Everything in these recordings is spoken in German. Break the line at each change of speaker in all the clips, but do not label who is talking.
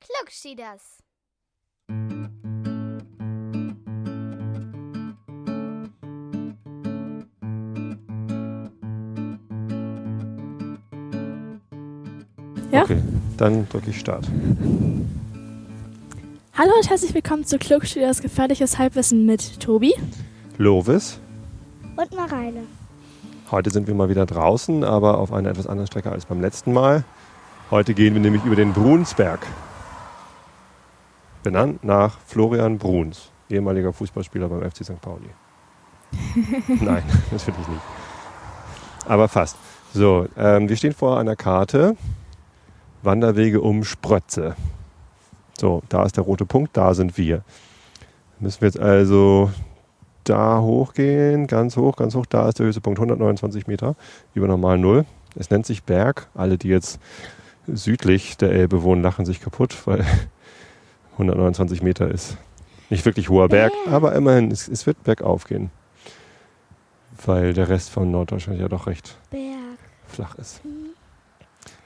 Glück, Schieders.
Ja?
Okay, dann drücke ich Start.
Hallo und herzlich willkommen zu Klugschilders gefährliches Halbwissen mit Tobi.
Lovis,
Und Mareile.
heute sind wir mal wieder draußen, aber auf einer etwas anderen Strecke als beim letzten Mal. Heute gehen wir nämlich über den Brunsberg. Benannt nach Florian Bruns, ehemaliger Fußballspieler beim FC St. Pauli. Nein, natürlich nicht. Aber fast. So, ähm, wir stehen vor einer Karte. Wanderwege um Sprötze. So, da ist der rote Punkt, da sind wir. Müssen wir jetzt also da hochgehen, ganz hoch, ganz hoch. Da ist der höchste Punkt, 129 Meter über normal Null. Es nennt sich Berg. Alle, die jetzt südlich der Elbe wohnen, lachen sich kaputt, weil 129 Meter ist nicht wirklich hoher Berg, aber immerhin, es, es wird bergauf gehen. Weil der Rest von Norddeutschland ja doch recht
Berg.
flach ist.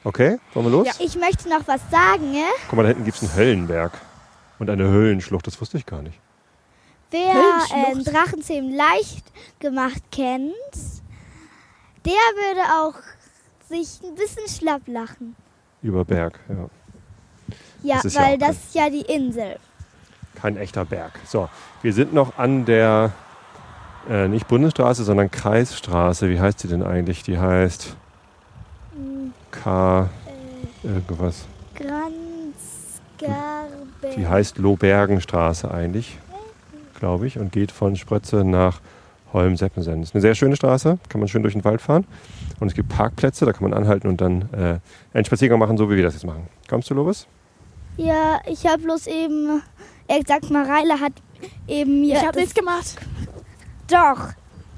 Okay, wollen wir los?
Ich möchte noch was sagen, ne?
Guck mal, da hinten gibt es einen Höllenberg und eine Höhlenschlucht, das wusste ich gar nicht.
Wer
Heldenschlucht.
ähm, Drachenzähmen leicht gemacht kennt, der würde auch sich ein bisschen schlapp lachen.
Über Berg, ja.
Ja,
Das ist ja
weil
auch
das ist ja die Insel.
kein echter Berg. So, wir sind noch an der, äh, nicht Bundesstraße, sondern Kreisstraße. Wie heißt die denn eigentlich? Die heißt K. irgendwas.
Granzgarbe.
Die heißt Lohbergenstraße eigentlich, glaube ich, und geht von Sprötze nach Holm-Seppensen. Ist eine sehr schöne Straße, kann man schön durch den Wald fahren. Und es gibt Parkplätze, da kann man anhalten und dann äh, einen Spaziergang machen, so wie wir das jetzt machen. Kommst du, Lobes?
Ja, ich habe bloß eben, äh, er sagt, Mareile hat eben mir.
ich habe
das-
nichts gemacht.
Doch.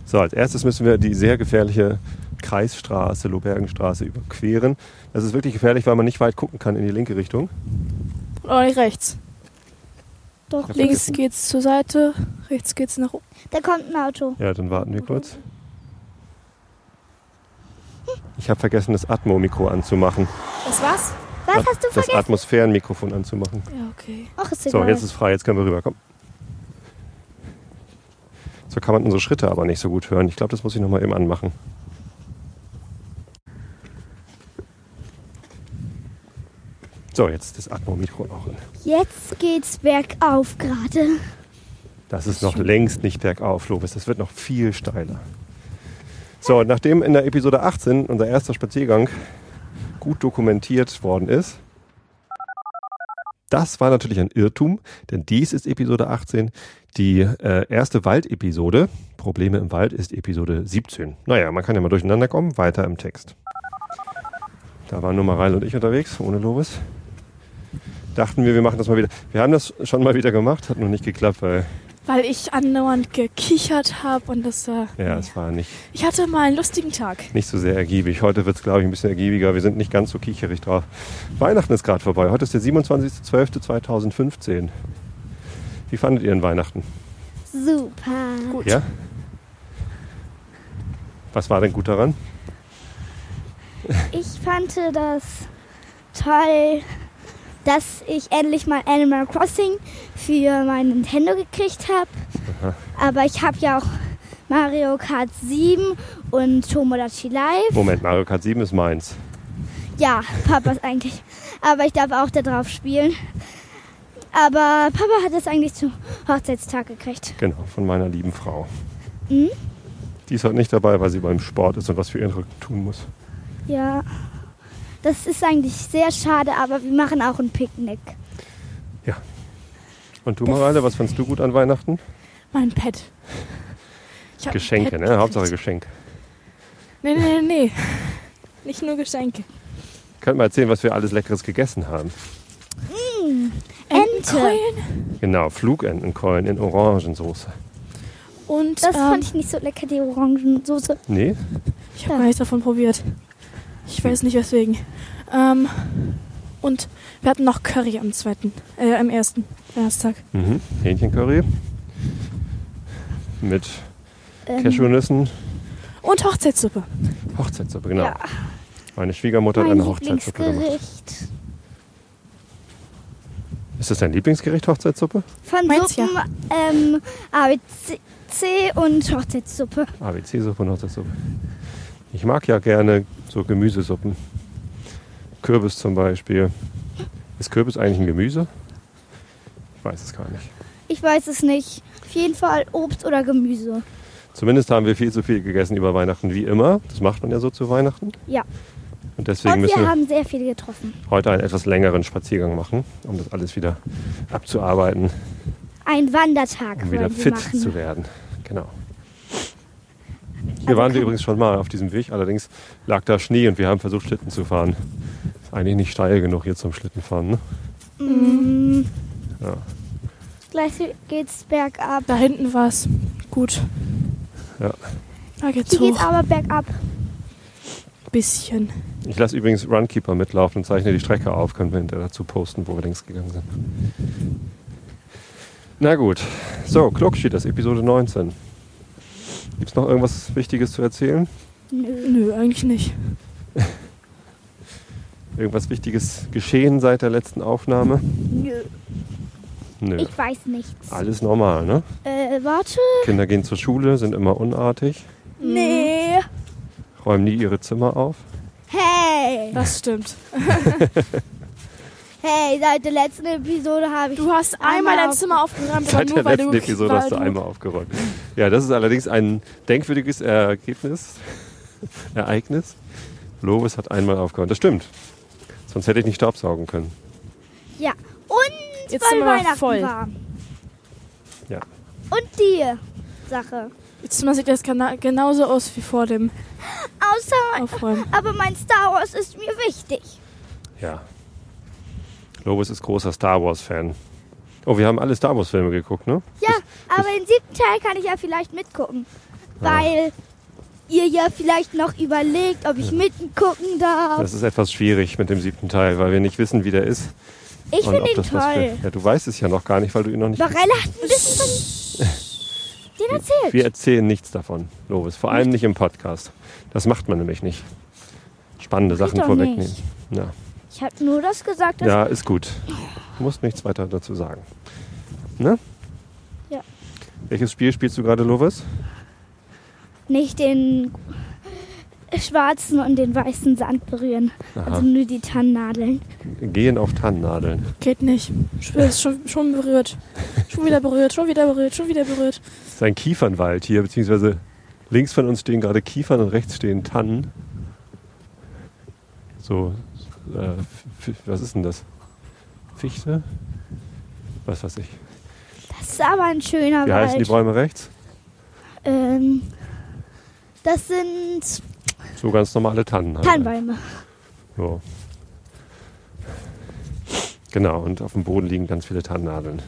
So, als erstes müssen wir die sehr gefährliche Kreisstraße, Lohbergenstraße, überqueren. Das ist wirklich gefährlich, weil man nicht weit gucken kann in die linke Richtung.
Und auch nicht rechts.
Doch,
Ja,
Links
vergessen.
geht's zur Seite, rechts geht's nach oben.
da kommt ein Auto.
Ja, dann warten wir kurz. Ich habe vergessen, das Atmo-Mikro anzumachen.
Das war's?
Was
das,
hast du
Das
vergessen?
Atmosphärenmikrofon anzumachen.
Ja, okay.
Ach, ist
So,
egal.
jetzt ist frei, jetzt können wir rüber. Komm. So kann man unsere Schritte aber nicht so gut hören. Ich glaube, das muss ich nochmal eben anmachen. So, jetzt das Atmo-Mikro auch an.
Jetzt geht's bergauf gerade.
Das ist noch längst nicht bergauf, Lobis. Das wird noch viel steiler. So, nachdem in der Episode 18 unser erster Spaziergang gut dokumentiert worden ist, das war natürlich ein Irrtum, denn dies ist Episode 18. Die äh, erste Waldepisode, Probleme im Wald, ist Episode 17. Naja, man kann ja mal durcheinander kommen, weiter im Text. Da waren nur Mareil und ich unterwegs, ohne Lobis. Dachten wir, wir machen das mal wieder. Wir haben das schon mal wieder gemacht, hat noch nicht geklappt, weil
Weil ich andauernd gekichert habe und das war.
ja, es war nicht,
Ich hatte mal einen lustigen Tag.
nicht so sehr ergiebig. Heute wird es, glaube ich, ein bisschen ergiebiger. Wir sind nicht ganz so kicherig drauf. Weihnachten ist gerade vorbei. Heute ist der 27.12.2015. Wie fandet ihr denn Weihnachten?
Super.
Gut.
Ja? Was war denn gut daran?
Ich fand das toll, dass ich endlich mal Animal Crossing für mein Nintendo gekriegt habe. Aber ich habe ja auch Mario Kart 7 und Tomodachi Live.
Moment, Mario Kart 7 ist meins.
Ja, Papas eigentlich. Aber ich darf auch da drauf spielen. Aber Papa hat es eigentlich zum Hochzeitstag gekriegt.
Genau, von meiner lieben Frau.
Mhm.
Die ist heute nicht dabei, weil sie beim Sport ist und was für ihren Rücken tun muss.
Ja. Das ist eigentlich sehr schade, aber wir machen auch ein Picknick.
Und du, Mareile, was fandst du gut an Weihnachten?
Mein Pet. Ich hab ein
Geschenke,
Pet
ne? Hauptsache
gekriegt.
Geschenke.
Nee, nee, nee, nee. Nicht nur Geschenke.
Könnt mal erzählen, was wir alles Leckeres gegessen haben.
Ente.
Entenkeulen
Genau, Flugentenkeulen in Orangensoße.
Und
Das
ähm,
fand ich nicht so lecker, die Orangensoße.
Nee?
Ich habe gar nichts davon probiert. Ich weiß nicht weswegen. Ähm, und wir hatten noch Curry am zweiten, äh, am ersten Jahrestag.
Mhm. Hähnchencurry. Mit
Ähm,
Cashewnüssen.
Und Hochzeitssuppe.
Hochzeitssuppe, genau.
Ja.
Meine Schwiegermutter hat
mein
eine Hochzeitssuppe gemacht.
Lieblingsgericht.
Ist das dein Lieblingsgericht, Hochzeitssuppe?
Von
Meins ja.
Suppen, ähm, ABC und Hochzeitssuppe.
ABC-Suppe und Hochzeitssuppe. Ich mag ja gerne so Gemüsesuppen. Kürbis zum Beispiel. Ist Kürbis eigentlich ein Gemüse? Ich weiß es gar nicht.
Ich weiß es nicht. Auf jeden Fall Obst oder Gemüse.
Zumindest haben wir viel zu viel gegessen über Weihnachten, wie immer. Das macht man ja so zu Weihnachten.
Ja.
Und deswegen
und
müssen
wir
wir
haben sehr viele getroffen.
heute einen etwas längeren Spaziergang machen, um das alles wieder abzuarbeiten,
Ein Wandertag
um wieder
wollen wir
fit
machen.
zu werden. Genau.
Also
Hier waren wir
kann-
übrigens schon mal auf diesem Weg, allerdings lag da Schnee und wir haben versucht, Schlitten zu fahren. Ist eigentlich nicht steil genug hier zum Schlittenfahren. Ne?
Mhm.
Ja.
Gleich geht's bergab.
Da hinten war es gut.
Ja.
Da geht's
Hier geht's
hoch.
aber bergab.
Bisschen.
Ich lasse übrigens Runkeeper mitlaufen und zeichne die Strecke auf. Können wir hinterher dazu posten, wo wir links gegangen sind. Na gut. So, Klugschi, das Episode 19. Gibt es noch irgendwas Wichtiges zu erzählen?
Nö.
Nö, eigentlich nicht.
Irgendwas Wichtiges geschehen seit der letzten Aufnahme?
Nö.
Nö.
Ich weiß nichts.
Alles normal, ne?
Äh, warte.
Kinder gehen zur Schule, sind immer unartig,
Nee.
räumen nie ihre Zimmer auf.
Hey.
Das stimmt.
Hey, seit der letzten Episode habe ich.
Du hast einmal dein Zimmer aufgeräumt, aber
Seit
nur
der
weil du,
letzten Episode
weil
hast du
du
einmal aufgeräumt. Ja, das ist allerdings ein denkwürdiges Ergebnis, Ereignis. Lovis hat einmal aufgeräumt. Das stimmt. Sonst hätte ich nicht staubsaugen können.
Ja. Und
Jetzt
weil
sind wir aber
Weihnachten
voll.
war.
Ja.
Und die Sache.
Jetzt Zimmer sieht das gena- genauso aus wie vor dem
Außer,
Aufräumen.
aber mein Star Wars ist mir wichtig.
Ja. Lovis ist großer Star Wars-Fan. Oh, wir haben alle Star Wars-Filme geguckt, ne?
Ja, aber den siebten Teil kann ich ja vielleicht mitgucken. Weil ihr ja vielleicht noch überlegt, ob ich mitgucken darf.
Das ist etwas schwierig mit dem siebten Teil, weil wir nicht wissen, wie der ist.
Ich finde ihn
was
toll.
Ja, du weißt es ja noch gar nicht, weil du ihn noch nicht.
Barella hat ein bisschen von den erzählt.
Wir erzählen nichts davon, Lovis. Vor allem nicht im Podcast. Das macht man nämlich nicht. Spannende
Mach ich
Sachen
doch
vorwegnehmen.
nicht.
Ja.
Ich habe nur das gesagt, dass
Ja, ist gut. Du musst nichts weiter dazu sagen. Ne?
Ja.
Welches Spiel spielst du gerade, Lovis?
nicht den schwarzen und den weißen Sand berühren.
Aha.
Also nur die Tannennadeln.
Gehen auf Tannennadeln.
Geht nicht. Schw- Ist schon, schon berührt. Schon wieder berührt, schon wieder berührt, schon wieder berührt.
Das ist ein Kiefernwald hier, beziehungsweise links von uns stehen gerade Kiefern und rechts stehen Tannen. So, äh, F- was ist denn das? Fichte? Was weiß ich.
Das ist aber ein schöner
Wie heißen die
Wald.
Bäume rechts?
Ähm, das sind
So ganz normale Tannen. halt.
Tannenbäume.
Ja. Genau, und auf dem Boden liegen ganz viele Tannennadeln.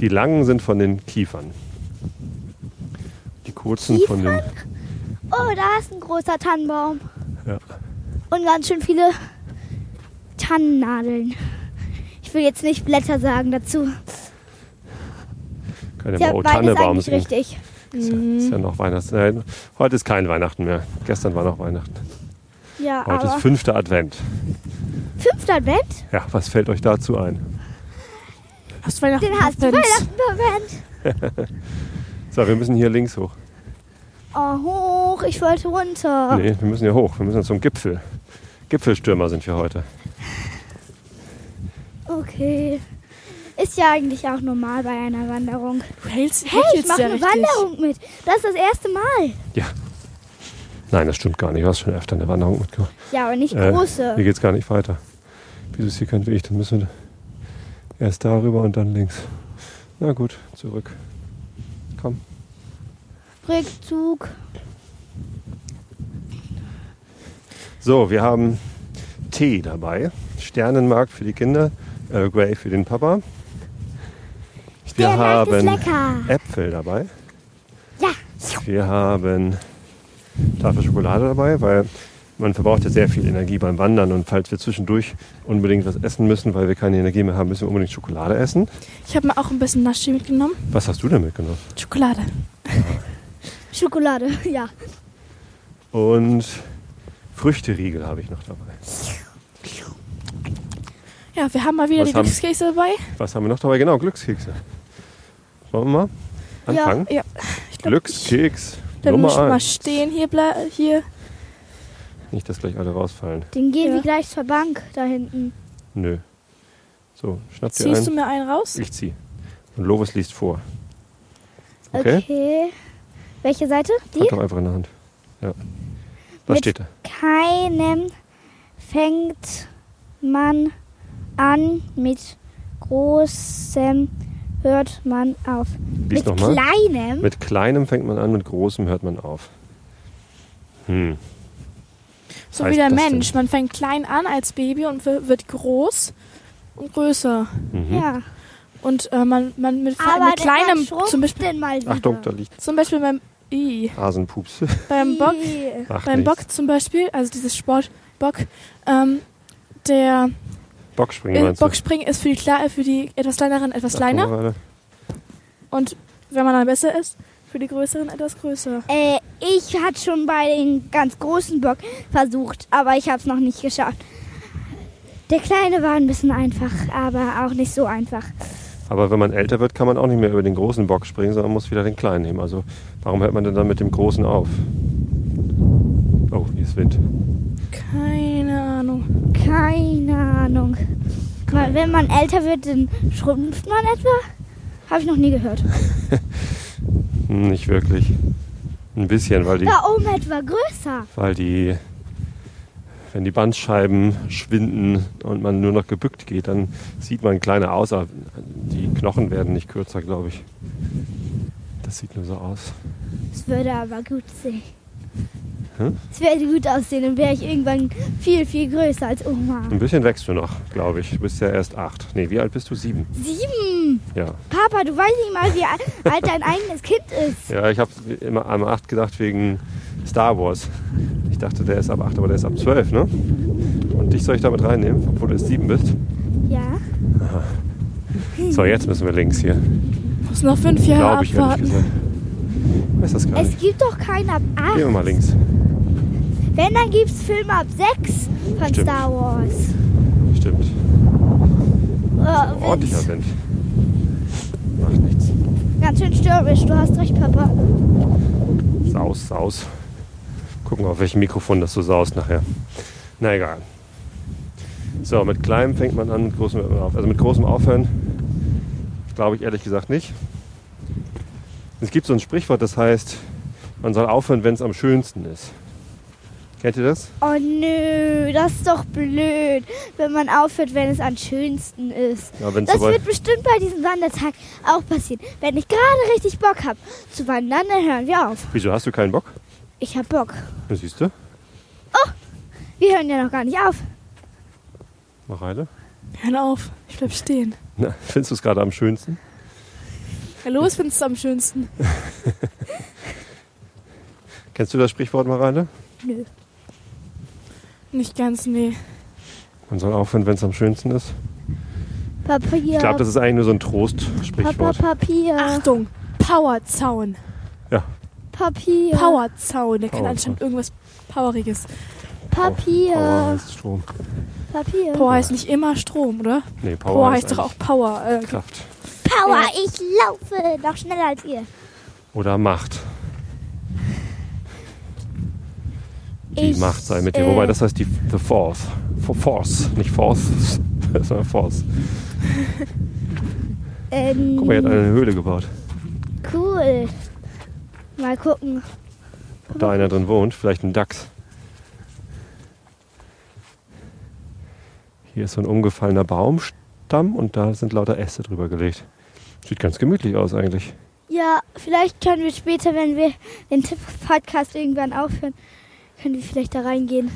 Die langen sind von den Kiefern. Die kurzen von den.
Oh, da ist ein großer Tannenbaum.
Ja.
Und ganz schön viele Tannennadeln. Ich will jetzt nicht Blätter sagen dazu.
Keine
Sie
ja, oh,
haben beides
Tannebaum
eigentlich
ist, ist, ja,
richtig.
ist
Mhm.
ja noch Weihnachten. Nein, heute ist kein Weihnachten mehr. Gestern war noch Weihnachten.
Ja,
Heute
aber
ist fünfter Advent.
fünfter Advent?
Ja, was fällt euch dazu ein?
Hast du Weihnachten
Den hast du
verpennt?
Weihnachten verwendet.
So, wir müssen hier links hoch.
Oh, hoch, ich wollte runter.
Nee, wir müssen hier hoch. Wir müssen zum Gipfel. Gipfelstürmer sind wir heute.
Okay. Ist ja eigentlich auch normal bei einer Wanderung.
Du hältst
Hey, ich
hechelst
mache
ja
eine
richtig.
Wanderung mit. Das ist das erste Mal.
Ja. Nein, das stimmt gar nicht. Du hast schon öfter eine Wanderung mitgemacht.
Ja, aber nicht
Äh,
große.
Hier geht's gar nicht weiter. Wieso ist hier kein Weg? Dann müssen wir erst darüber und dann links. Na gut, zurück. Komm.
Rückzug.
So, wir haben Tee dabei. Sternenmarkt für die Kinder, Earl Grey für den Papa. Wir
Sternmarkt ist
haben
lecker.
Äpfel dabei.
Ja.
Wir haben Tafel Schokolade dabei, weil man verbraucht ja sehr viel Energie beim Wandern und falls wir zwischendurch unbedingt was essen müssen, weil wir keine Energie mehr haben, müssen wir unbedingt Schokolade essen.
Ich habe mir auch ein bisschen Naschi mitgenommen.
Was hast du denn mitgenommen?
Schokolade.
Schokolade, ja.
Und Früchteriegel habe ich noch dabei.
Ja, wir haben mal wieder
Was
die
haben-
Glückskekse dabei.
Was haben wir noch dabei? Genau, Glückskekse. Wollen wir mal
Ja,
anfangen?
Ja, ich glaub, ich-
Glückskeks
Dann muss ich
Hm? Nummer
mal
1.
stehen hier, ble- hier.
Nicht, dass gleich alle rausfallen.
Den gehen
Ja.
wir gleich zur Bank da hinten.
Nö. So, schnapp dir
Ziehst du
einen.
mir einen raus?
Ich zieh. Und Lovis liest vor. Okay?
Äh,
Okay. Welche Seite? Die?
Hat doch einfach in der Hand. Ja. Was
Mit-
steht da?
Keinem fängt man an, mit großem hört man auf.
Lies
mit
nochmal.
hm?
kleinem?
Mit kleinem fängt man an, mit großem hört man auf. Hm.
So
heißt
wie der
das denn?
Mensch. Man fängt klein an als Baby und wi- wird groß und größer.
Mhm.
ja.
Und äh, man, man mit,
Aber
mit kleinem, zum
zum
Beispiel,
denn mal wieder.
Achtung, da liegt
zum Beispiel beim, I,
Hasenpups.
beim Bock,
Ih.
Macht
beim
nichts.
Bock zum Beispiel, also dieses Sport Bock, ähm, der
Bockspringen
äh,
meinst du?
Bockspringen ist für die, Kle- äh, für die etwas kleineren etwas
Achtung,
kleiner
warte.
und wenn man dann besser ist, für die größeren etwas größer.
Äh, ich hatte schon bei den ganz großen Bock versucht, aber ich habe es noch nicht geschafft. Der kleine war ein bisschen einfach, aber auch nicht so einfach.
Aber wenn man älter wird, kann man auch nicht mehr über den großen Bock springen, sondern muss wieder den kleinen nehmen. Also warum hört man denn dann mit dem großen auf? Oh, hier ist Wind.
Keine Ahnung.
Keine Ahnung. Mal, wenn man älter wird, dann schrumpft man etwa? Habe ich noch nie gehört.
Hm, nicht wirklich. Ein bisschen, weil die,
Da oben etwa größer.
weil die, wenn die Bandscheiben schwinden und man nur noch gebückt geht, dann sieht man kleiner aus. Aber die Knochen werden nicht kürzer, glaube ich. Das sieht nur so aus.
Es würde aber gut sehen.
Hm?
Es würde gut aussehen, dann wäre ich irgendwann viel, viel größer als Oma.
Ein bisschen wächst du noch, glaube ich. Du bist ja erst acht. Nee, wie alt bist du? Sieben.
Sieben!
Ja.
Papa, du weißt nicht mal, wie al- alt dein eigenes Kind ist.
Ja, ich habe immer am 8 gedacht wegen Star Wars. Ich dachte, der ist ab 8, aber der ist ab 12, ne? Und dich soll ich damit reinnehmen, obwohl du erst 7 bist.
Ja.
So, jetzt müssen wir links hier.
Muss noch fünf Jahre
Glaube ich, ehrlich
abwarten.
gesagt. Ich weiß das gar
Äh, Es
nicht.
gibt doch keinen ab 8.
Gehen wir mal links.
Wenn, dann gibt es Filme ab 6 von
Stimmt.
Star Wars.
Stimmt.
Oh,
Ordentlicher Wind. Macht nichts.
Ganz schön stürmisch, du hast recht, Papa.
Saus, saus. Gucken, auf welchem Mikrofon das so saust nachher. Na egal. So, mit kleinem fängt man an, mit großem hört man auf. Also mit großem aufhören, glaube ich ehrlich gesagt nicht. Es gibt so ein Sprichwort, das heißt, man soll aufhören, wenn es am schönsten ist. Kennt ihr das?
Oh nö, das ist doch blöd, wenn man aufhört, wenn es am schönsten ist.
Ja, wenn's
Das
aber-
wird bestimmt bei diesem Wandertag auch passieren. Wenn ich gerade richtig Bock habe zu wandern, dann hören wir auf.
Wieso hast du keinen Bock?
Ich hab Bock.
Das siehst du.
Wir hören ja noch gar nicht auf.
Mach eine.
Hör auf, ich bleib stehen.
Na, findest du es gerade am schönsten?
Hallo, ich findest du am schönsten.
Kennst du das Sprichwort, Mareile?
Nö.
Nicht ganz, nee.
Man soll aufhören, wenn es am schönsten ist.
Papier.
Ich glaube, das ist eigentlich nur so ein
Papa,
Trost-Sprichwort.
Papier.
Achtung, Powerzaun.
Ja,
Papier.
Powerzaun. Der kann
Powerzaun.
anscheinend irgendwas Poweriges.
Papier.
Oh, Power heißt Strom.
Papier.
Power heißt nicht immer Strom, oder?
Nee, Power,
Power, heißt doch auch
eigentlich
Power. Äh,
Kraft.
Power, ich laufe noch schneller als ihr.
Oder Macht. Die
ich,
Macht sei mit dir.
äh,
Wobei, das heißt die the Force. For force. Nicht Force, sondern Force.
Ähm,
Guck mal, er hat
Mhm.
eine Höhle gebaut.
Cool. Mal gucken.
Ob da einer drin wohnt. Vielleicht ein Dachs. Hier ist so ein umgefallener Baumstamm und da sind lauter Äste drüber gelegt. Sieht ganz gemütlich aus eigentlich.
Ja, vielleicht können wir später, wenn wir den Tipp-Podcast irgendwann aufhören, können wir vielleicht da reingehen.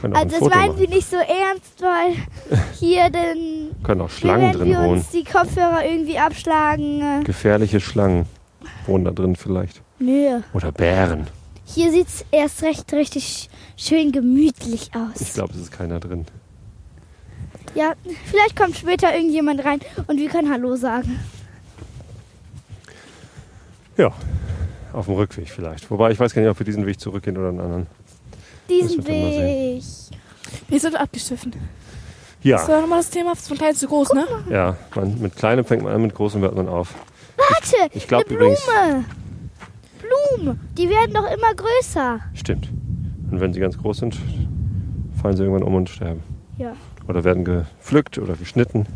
Können auch,
Also
ein
das
Foto
meinen wir
machen.
nicht so ernst, weil hier dann
Können auch
wenn
Schlangen drin
wir
wohnen.
uns die Kopfhörer irgendwie abschlagen. Äh,
Gefährliche Schlangen wohnen da drin vielleicht.
nö.
Oder Bären.
Hier sieht's erst recht richtig schön gemütlich aus.
Ich glaube, es ist keiner drin.
Ja, vielleicht kommt später irgendjemand rein und wir können Hallo sagen.
Ja, auf dem Rückweg vielleicht. Wobei ich weiß gar nicht, ob wir diesen Weg zurückgehen oder einen anderen.
Diesen
Das wird man
Weg.
wir sind abgeschliffen. Das
Ja,
war nochmal das Thema von klein zu groß, ne?
ja. Man, mit kleinem fängt man an, mit großem hört man auf.
Warte,
Ich glaube
eine
übrigens,
Blume. Blumen, die werden doch immer größer.
stimmt. Und wenn sie ganz groß sind, fallen sie irgendwann um und sterben.
Ja.
Oder werden gepflückt oder geschnitten,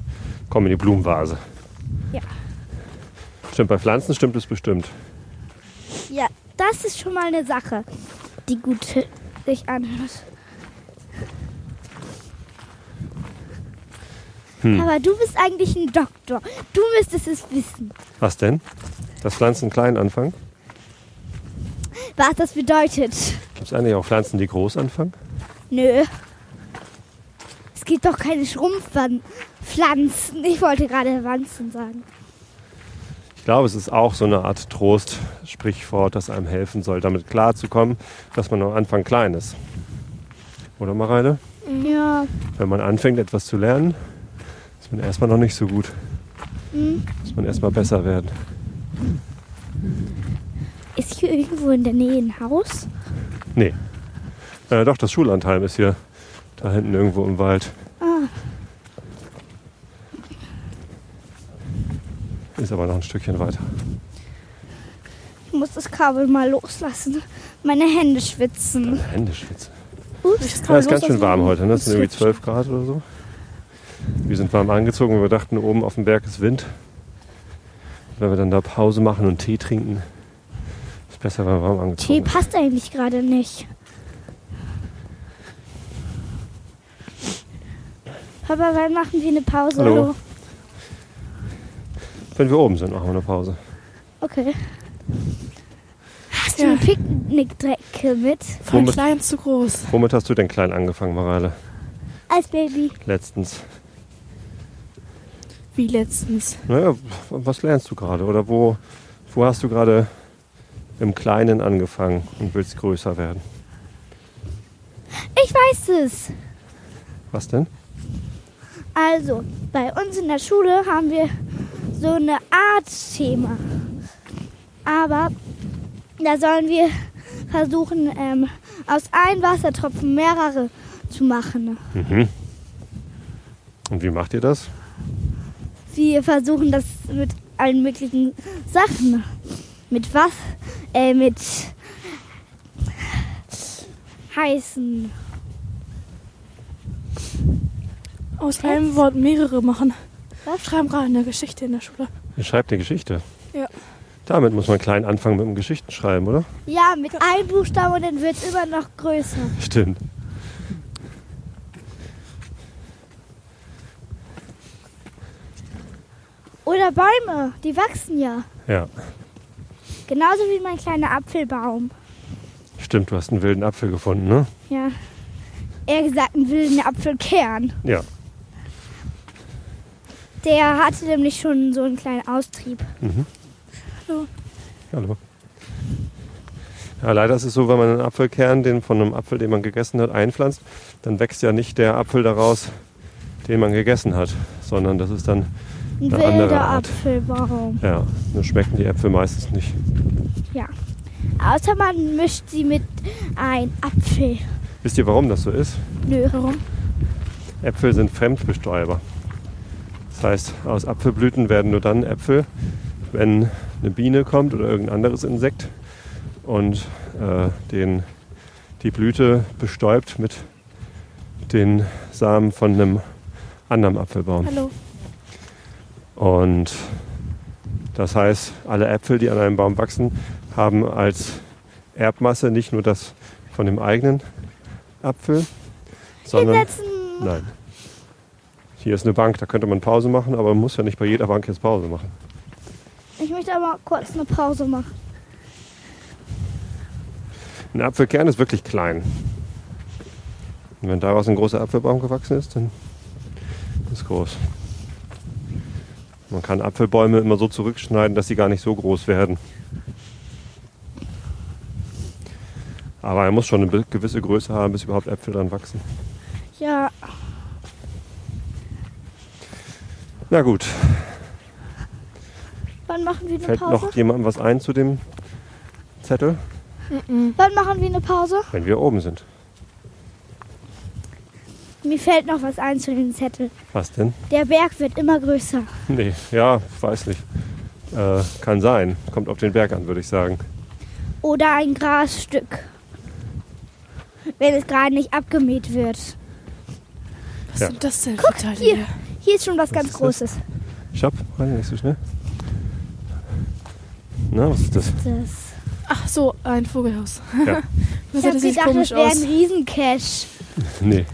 kommen in die Blumenvase.
Ja.
Stimmt, bei Pflanzen stimmt es bestimmt.
Ja, das ist schon mal eine Sache, die gut sich anhört.
Hm.
Aber du bist eigentlich ein Doktor. Du müsstest es wissen,
Was denn? Dass Pflanzen klein anfangen?
was das bedeutet.
Gibt es eigentlich auch Pflanzen, die groß anfangen?
Nö. Es gibt doch keine Schrumpfpflanzen. Ich wollte gerade Wanzen sagen.
Ich glaube, es ist auch so eine Art Trost-Sprichwort, das einem helfen soll, damit klarzukommen, dass man am Anfang klein ist. Oder Mareile?
Ja.
Wenn man anfängt, etwas zu lernen, ist man erstmal noch nicht so gut. Muss man erstmal besser werden.
Ist hier irgendwo in der Nähe ein Haus?
Nee. Äh, doch, das Schullandheim ist hier da hinten irgendwo im Wald.
Ah.
Ist aber noch ein Stückchen weiter.
Ich muss das Kabel mal loslassen. Meine Hände schwitzen.
Hände schwitzen.
Ich das
Ja,
Kabel
ist ganz
los,
schön
dass man-
warm heute, ne? Es sind irgendwie
switcht.
12 Grad oder so. Wir sind warm angezogen, weil wir dachten, oben auf dem Berg ist Wind. Wenn wir dann da Pause machen und Tee trinken, ist besser, wenn wir warm
Tee
angezogen sind.
passt eigentlich gerade nicht. Aber wann machen wir eine Pause?
Hallo. Wenn wir oben sind, machen wir eine Pause.
Okay. Hast du
Ja.
eine Picknickdrecke mit?
Von
Womit-
klein zu groß.
Womit hast du denn klein angefangen, Mareile?
Als Baby.
Letztens.
Wie letztens.
Naja, was lernst du gerade? Oder wo, wo hast du gerade im Kleinen angefangen und willst größer werden?
Ich weiß es.
Was denn?
Also, bei uns in der Schule haben wir so eine Art Thema. Aber da sollen wir versuchen, ähm, aus einem Wassertropfen mehrere zu machen.
Mhm. Und wie macht ihr das?
Wir versuchen das mit allen möglichen Sachen. Mit was? Äh, mit heißen.
Aus einem Wort mehrere machen.
Was?
Schreiben gerade in der Geschichte in der Schule.
Ihr schreibt eine Geschichte.
Ja.
Damit muss man klein anfangen mit dem Geschichtenschreiben, oder?
Ja, mit einem Buchstaben und dann wird es immer noch größer.
Stimmt.
Oder Bäume, die wachsen ja.
Ja,
Genauso wie mein kleiner Apfelbaum.
stimmt. Du hast einen wilden Apfel gefunden, ne?
Ja. Eher gesagt, einen wilden Apfelkern.
Ja.
Der hatte nämlich schon so einen kleinen Austrieb.
Hallo. Ja, leider ist es so, wenn man einen Apfelkern, den von einem Apfel, den man gegessen hat, einpflanzt, dann wächst ja nicht der Apfel daraus, den man gegessen hat, sondern das ist dann,
Ein
Eine andere
wilder
Art.
Apfelbaum.
ja, dann schmecken die Äpfel meistens nicht.
Ja. Außer man mischt sie mit ein Apfel.
Wisst ihr, warum das so ist?
Nö.
Warum?
Äpfel sind Fremdbestäuber. Das heißt, aus Apfelblüten werden nur dann Äpfel, wenn eine Biene kommt oder irgendein anderes Insekt und äh, den, die Blüte bestäubt mit den Samen von einem anderen Apfelbaum.
Hallo.
Und das heißt, alle Äpfel, die an einem Baum wachsen, haben als Erbmasse nicht nur das von dem eigenen Apfel, sondern
Hinsetzen.
Nein. Hier ist eine Bank, da könnte man Pause machen, aber man muss ja nicht bei jeder Bank jetzt Pause machen.
Ich möchte aber kurz eine Pause machen.
Ein Apfelkern ist wirklich klein. Und wenn daraus ein großer Apfelbaum gewachsen ist, dann ist es groß. Man kann Apfelbäume immer so zurückschneiden, dass sie gar nicht so groß werden. Aber er muss schon eine be- gewisse Größe haben, bis überhaupt Äpfel dann wachsen.
Ja.
Na gut,
Wann machen wir eine
fällt
Pause?
noch jemandem was ein zu dem Zettel,
Wann machen wir eine Pause?
wenn wir oben sind.
Mir fällt noch was ein zu dem Zettel.
Was denn?
Der Berg wird immer größer.
Nee, ja, weiß nicht. Äh, kann sein. Kommt auf den Berg an, würde ich sagen.
Oder ein Grasstück. Wenn es gerade nicht abgemäht wird.
Was
Ja.
sind das denn
Guck,
für Teile
hier.
hier?
Hier ist schon was,
Was
ganz
ist das?
Großes.
Stopp, rein, nicht so schnell. Na, was ist das?
Das.
Ach so, ein Vogelhaus.
Ja.
Das
ich habe
sieht sich
gedacht, das
komisch
wäre ein
aus.
Riesencash.
Nee,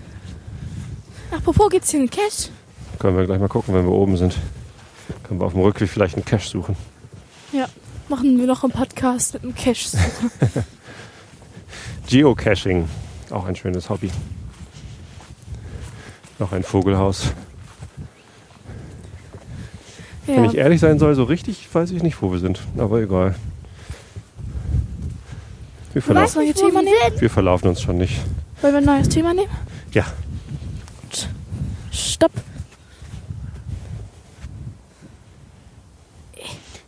Apropos, gibt's hier einen Cash?
können wir gleich mal gucken, wenn wir oben sind. Können wir auf dem Rückweg vielleicht einen Cache suchen.
Machen wir noch einen Podcast mit einem Cash.
Geocaching, auch ein schönes Hobby. Noch ein Vogelhaus. Wenn ich
ja.
ehrlich sein soll, so richtig weiß ich nicht, wo wir sind. Aber egal. Wir,
Du weißt
verlaufen,
Wollen
nicht, wo
wir Thema
wir sind.
wir verlaufen uns schon nicht.
Wollen wir ein neues Thema nehmen?
Ja,
Stopp.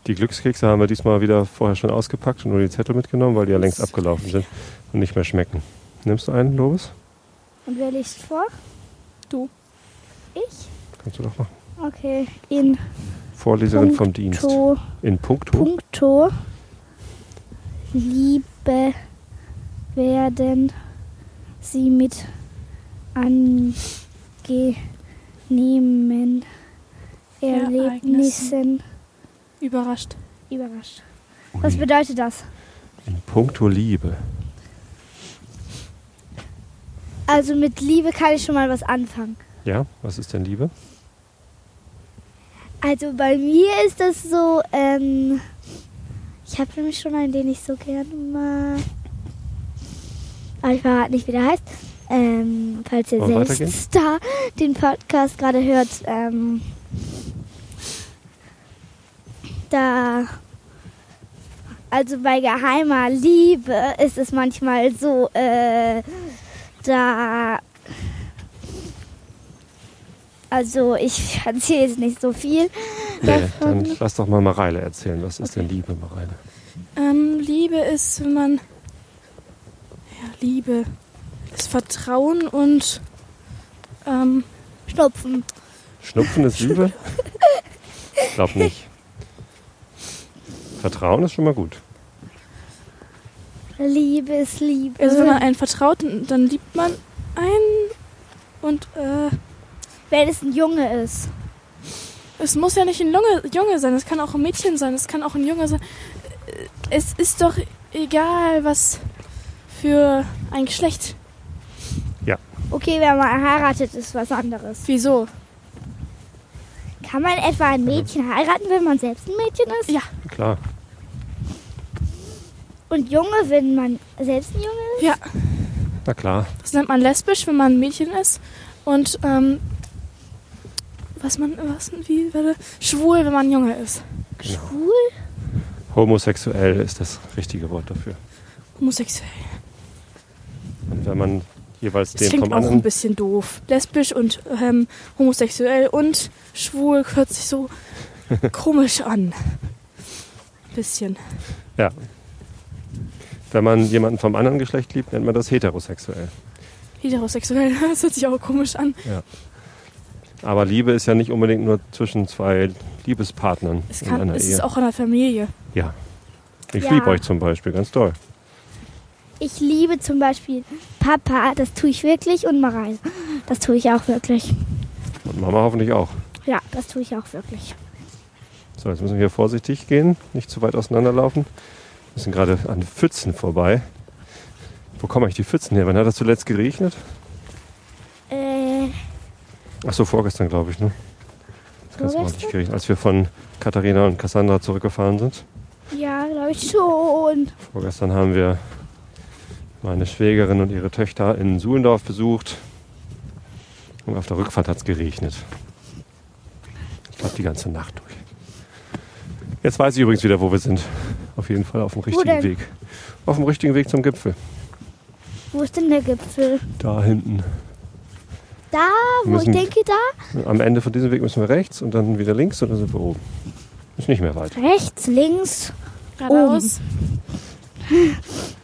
die Glückskekse haben wir diesmal wieder vorher schon ausgepackt und nur die Zettel mitgenommen, weil die ja längst
Das ist
abgelaufen sind und nicht mehr schmecken. Nimmst du einen, Lobes?
Und wer liest vor?
Du.
Ich?
Kannst du doch machen.
Okay. In
Vorleserin vom Dienst.
to,
In puncto.
puncto Liebe werden sie mit angenehmen Erlebnissen
Überrascht.
überrascht. Was bedeutet das?
In puncto Liebe.
Also mit Liebe kann ich schon mal was anfangen.
Ja, was ist denn Liebe?
Also bei mir ist das so, ähm, ich habe nämlich schon einen, den ich so gerne mag. Aber ich verrate nicht, wie der heißt. Ähm, falls ihr
Wollen wir weitergehen?
selbst da den Podcast gerade hört, ähm, da, also bei geheimer Liebe ist es manchmal so, äh, da also ich erzähle jetzt nicht so viel.
Nee,
Davon-
dann lass doch mal Mareile erzählen. Was ist denn Liebe, Mareile?
Ähm, Liebe ist, wenn man. Ja, Liebe ist Vertrauen und. Ähm,
Schnupfen.
Schnupfen ist Liebe? Ich glaube nicht. Vertrauen ist schon mal gut.
Liebe ist Liebe.
also wenn man einen vertraut, dann dann liebt man einen. Und äh,
Wenn es ein Junge ist.
es muss ja nicht ein Junge, Junge sein, es kann auch ein Mädchen sein, es kann auch ein Junge sein. Äh, Es ist doch egal, was für ein Geschlecht.
Okay, wenn man heiratet, ist was anderes.
Wieso?
Kann man etwa ein Mädchen heiraten, wenn man selbst ein Mädchen ist?
Ja.
Klar.
Und Junge, wenn man selbst ein Junge ist?
Ja,
Na klar.
Das nennt man lesbisch, wenn man ein Mädchen ist. Und ähm, was man, was, wie würde, schwul, wenn man ein Junge ist.
Genau.
Cool.
Homosexuell ist das richtige Wort dafür.
Homosexuell.
Und wenn man jeweils
Das
den
klingt
vom
auch ein
anderen.
bisschen doof. Lesbisch und ähm, homosexuell und schwul hört sich so komisch an. Bisschen.
Ja. Wenn man jemanden vom anderen Geschlecht liebt, nennt man das heterosexuell.
Heterosexuell, das hört sich auch komisch an.
Aber Liebe ist ja nicht unbedingt nur zwischen zwei Liebespartnern
Es,
in
kann,
einer
es
Ehe.
ist auch in der Familie.
ja. Ich
Ja.
liebe euch zum Beispiel, ganz toll.
Ich liebe zum Beispiel Papa, das tue ich wirklich, und Mareise. Das tue ich auch wirklich.
Und Mama hoffentlich auch.
Ja, das tue ich auch wirklich.
So, jetzt müssen wir vorsichtig gehen, nicht zu weit auseinanderlaufen. Wir sind gerade an Pfützen vorbei. Wo kommen eigentlich die Pfützen her? Wann hat das zuletzt geregnet?
Äh,
Ach so, vorgestern, glaube ich, ne? Das ganze Mal hat nicht
Vorgestern?
geregnet, als wir von Katharina und Cassandra zurückgefahren sind.
ja, glaube ich schon.
Vorgestern haben wir meine Schwägerin und ihre Töchter in Suhlendorf besucht. Und auf der Rückfahrt hat es geregnet. Ich glaube, die ganze Nacht durch. Jetzt weiß ich übrigens wieder, wo wir sind. Auf jeden Fall auf dem richtigen
denn?
Weg. Auf dem richtigen Weg zum Gipfel.
Wo ist denn der Gipfel?
Da hinten.
Da, wo
Müssen-
ich denke, da?
Am Ende von diesem Weg müssen wir rechts und dann wieder links und dann sind wir oben. Ist nicht mehr weit.
Rechts, links.
Geradeaus.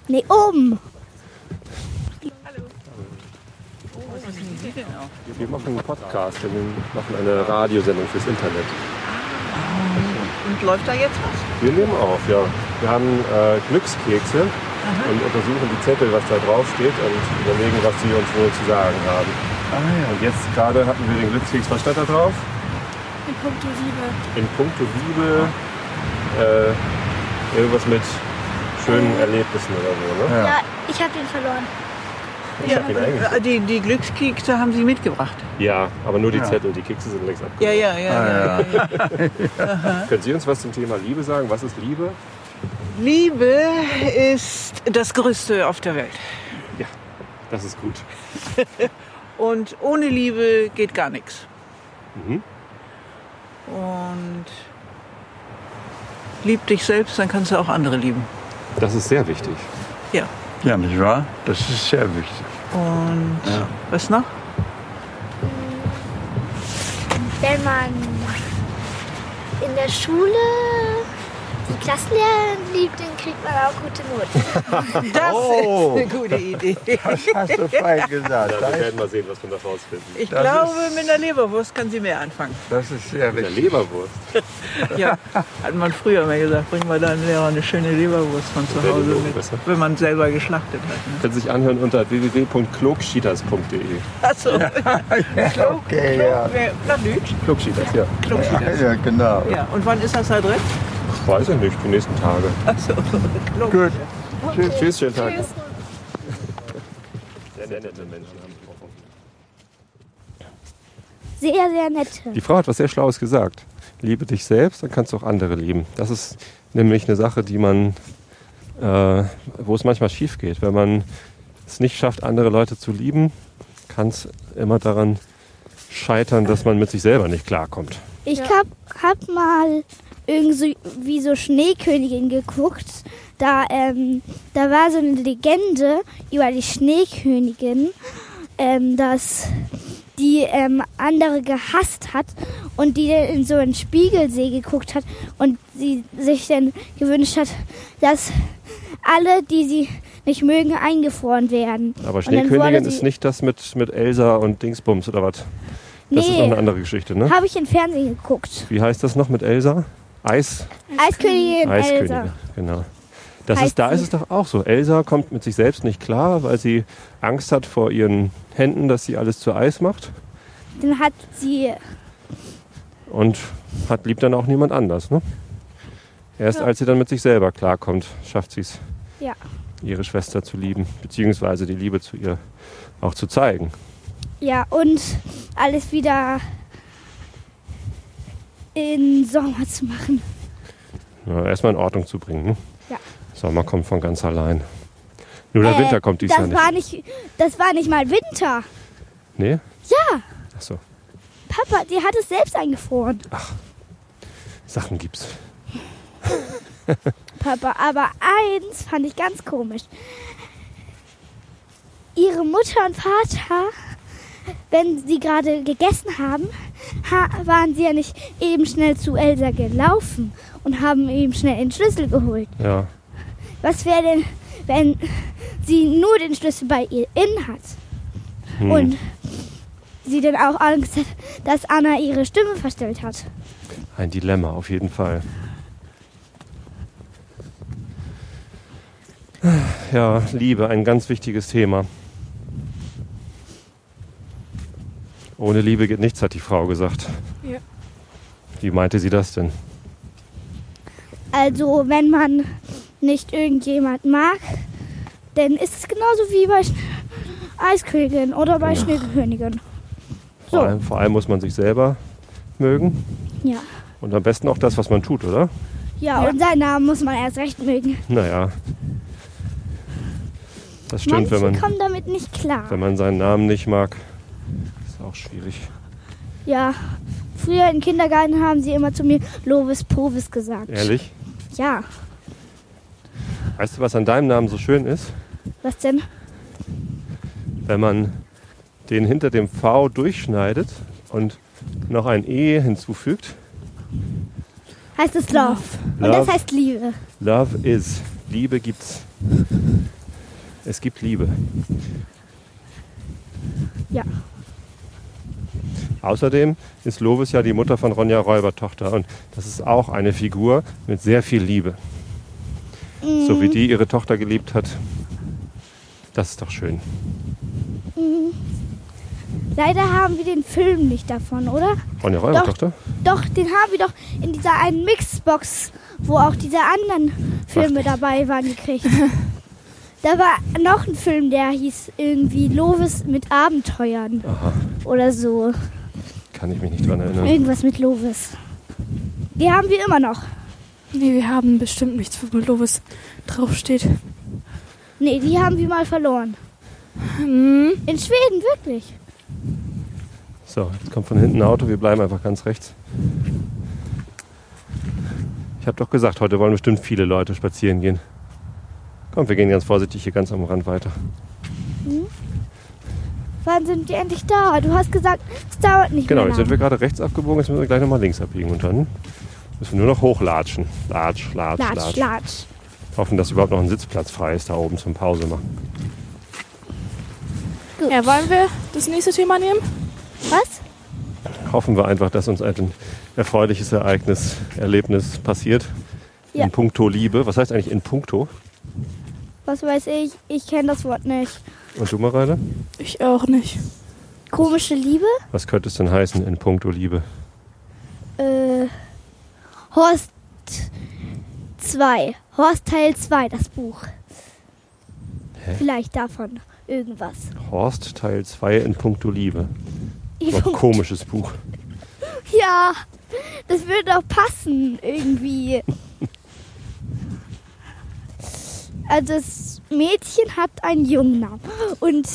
Nee, oben.
Sie denn auf?
Wir machen einen Podcast, wir machen eine Radiosendung fürs Internet.
Und läuft da jetzt was?
Wir nehmen auf, ja. Wir haben äh, Glückskekse und untersuchen die Zettel, was da draufsteht und überlegen, was sie uns wohl zu sagen haben. Ah Und jetzt gerade hatten wir den Glückskeks, was stand da drauf?
In puncto Liebe.
In puncto Liebe äh, irgendwas mit schönen Erlebnissen oder so, ne?
Ja, ich habe den verloren.
Ich hab ihn eingeschickt.
Äh, Die, die Glückskekse haben Sie mitgebracht.
Ja, aber nur die Zettel, die Kekse sind längst abgekommen.
Ja,
Ah,
ja, ja. ja.
Können Sie uns was zum Thema Liebe sagen? Was ist Liebe?
Liebe ist das Größte auf der Welt.
Das ist gut.
Und ohne Liebe geht gar nichts.
Mhm.
Und lieb dich selbst, dann kannst du auch andere lieben.
Das ist sehr wichtig.
Ja.
Ja, nicht wahr? Das ist sehr wichtig.
Und was noch?
Wenn man in der Schule die Klassenlehrerin liebt, dann kriegt man auch gute Noten.
Das
Oh.
ist eine gute Idee.
Das hast du fein gesagt.
Ja, wir
Das,
werden mal sehen, was wir da rausfinden.
Ich
Das
glaube,
ist-
mit einer Leberwurst kann sie mehr anfangen.
das ist sehr
Mit der
wichtig.
Leberwurst.
Ja, hat man früher mal gesagt, bring mal deinem Lehrer eine schöne Leberwurst von zu
Wäre die
Hause
Noten
mit,
besser?
wenn man selber geschlachtet hat. Ne?
Können Sie sich anhören unter www.klogschieters.de.
Achso,
Okay, ja.
na gut.
Klogschieters, ja.
Ja, genau.
Ja, und wann ist das Adress?
Weiß ich nicht, die nächsten Tage.
Achso,
Gut.
Tschüss, schönen Tag. Sehr nette Menschen haben gesprochen.
Sehr, sehr nette.
Die Frau hat was sehr Schlaues gesagt. Liebe dich selbst, dann kannst du auch andere lieben. Das ist nämlich eine Sache, die man, äh, wo es manchmal schief geht. Wenn man es nicht schafft, andere Leute zu lieben, kann es immer daran scheitern, dass man mit sich selber nicht klarkommt.
Ich hab, hab mal irgendwie so Schneekönigin geguckt. Da, ähm, da war so eine Legende über die Schneekönigin, ähm, dass die ähm, andere gehasst hat und die dann in so einen Spiegelsee geguckt hat und sie sich dann gewünscht hat, dass alle, die sie nicht mögen, eingefroren werden.
Aber
Und dann wurde
Schneekönigin
sie-
ist nicht das mit, mit Elsa und Dingsbums oder was. Das ist noch
Nee,
eine andere Geschichte, ne?
habe ich im Fernsehen geguckt.
Wie heißt das noch mit Elsa? Eis?
Eiskönigin Elsa.
Eiskönigin, genau. Das
Heißt
ist, da
sie.
ist es doch auch so. Elsa kommt mit sich selbst nicht klar, weil sie Angst hat vor ihren Händen, dass sie alles zu Eis macht.
Dann hat sie
Und hat liebt dann auch niemand anders. Ne? Erst als sie dann mit sich selber klarkommt, schafft sie es,
Ja.
ihre Schwester zu lieben, beziehungsweise die Liebe zu ihr auch zu zeigen.
ja und alles wieder in Sommer zu machen.
Ja, Erstmal in Ordnung zu bringen. Ne?
Ja.
Sommer kommt von ganz allein. Nur der
Äh,
Winter kommt dies
das
Jahr nicht.
war nicht. Das war nicht mal Winter.
Nee?
Ja,
Ach so.
Papa, die hat es selbst eingefroren.
Sachen gibt's.
Papa, aber eins fand ich ganz komisch. Ihre Mutter und Vater, wenn sie gerade gegessen haben, ha waren sie ja nicht eben schnell zu Elsa gelaufen und haben eben schnell den Schlüssel geholt.
Ja.
Was wäre denn, wenn sie nur den Schlüssel bei ihr innen hat
Hm.
und sie dann auch Angst hat, dass Anna ihre Stimme verstellt hat?
Ein Dilemma, auf jeden Fall. Ja, Liebe, ein ganz wichtiges Thema. Ohne Liebe geht nichts, hat die Frau gesagt.
Ja.
Wie meinte sie das denn?
Also wenn man nicht irgendjemand mag, dann ist es genauso wie bei Sch Eiskönigin oder bei
Genau.
Schneekönigin. So.
Vor, allem, vor allem muss man sich selber mögen
Ja.
und am besten auch das, was man tut, oder?
ja. und seinen Namen muss man erst recht mögen.
Naja, das stimmt,
Manche
wenn man,
kommen damit nicht klar.
wenn man seinen Namen nicht mag. Ist auch schwierig.
Ja. Früher im Kindergarten haben sie immer zu mir Lovis Povis gesagt.
Ehrlich?
Ja.
Weißt du, was an deinem Namen so schön ist?
Was denn?
wenn man den hinter dem V durchschneidet und noch ein E hinzufügt.
Heißt es Love. Und das
Love,
heißt Liebe.
love is. Liebe gibt's. Es gibt Liebe.
Ja.
Außerdem ist Lovis ja die Mutter von Ronja Räubertochter und das ist auch eine Figur mit sehr viel Liebe.
Mhm.
So wie die ihre Tochter geliebt hat. Das ist doch schön.
Leider haben wir den Film nicht davon, oder?
Ronja Räubertochter?
Doch, den haben wir doch in dieser einen Mixbox, wo auch diese anderen Filme dabei waren, gekriegt. da war noch ein Film, der hieß irgendwie Lovis mit Abenteuern
Aha,
oder so.
kann ich mich nicht dran erinnern.
Irgendwas mit Lovis. Die haben wir immer noch.
Nee, wir haben bestimmt nichts, wo Lovis draufsteht.
Nee, die haben wir mal verloren.
Hm.
In Schweden, wirklich.
So, jetzt kommt von hinten ein Auto, wir bleiben einfach ganz rechts. Ich habe doch gesagt, heute wollen bestimmt viele Leute spazieren gehen. Komm, wir gehen ganz vorsichtig hier ganz am Rand weiter.
Wann sind die endlich da? Du hast gesagt, es dauert nicht
Genau,
mehr
jetzt sind
lange.
wir gerade rechts abgebogen, jetzt müssen wir gleich nochmal links abbiegen und dann müssen wir nur noch hochlatschen. Latsch, latsch, latsch.
Latsch, latsch.
Hoffen, dass überhaupt noch ein Sitzplatz frei ist da oben zum Pause machen.
Gut.
Ja, wollen wir das nächste Thema nehmen?
Was?
Hoffen wir einfach, dass uns ein erfreuliches Ereignis, Erlebnis passiert.
Ja.
In puncto Liebe. Was heißt eigentlich in puncto?
Was weiß ich? Ich kenne das Wort nicht.
Und du, Mareile?
Ich auch nicht.
Komische Liebe?
Was könnte es denn heißen in puncto Liebe?
Äh, Horst 2. Horst Teil 2, das Buch.
Hä?
Vielleicht davon irgendwas.
Horst Teil 2 in puncto Liebe.
Ich-
Noch komisches Buch.
Ja, das würde doch passen irgendwie. Also das Mädchen hat einen jungen Namen. Und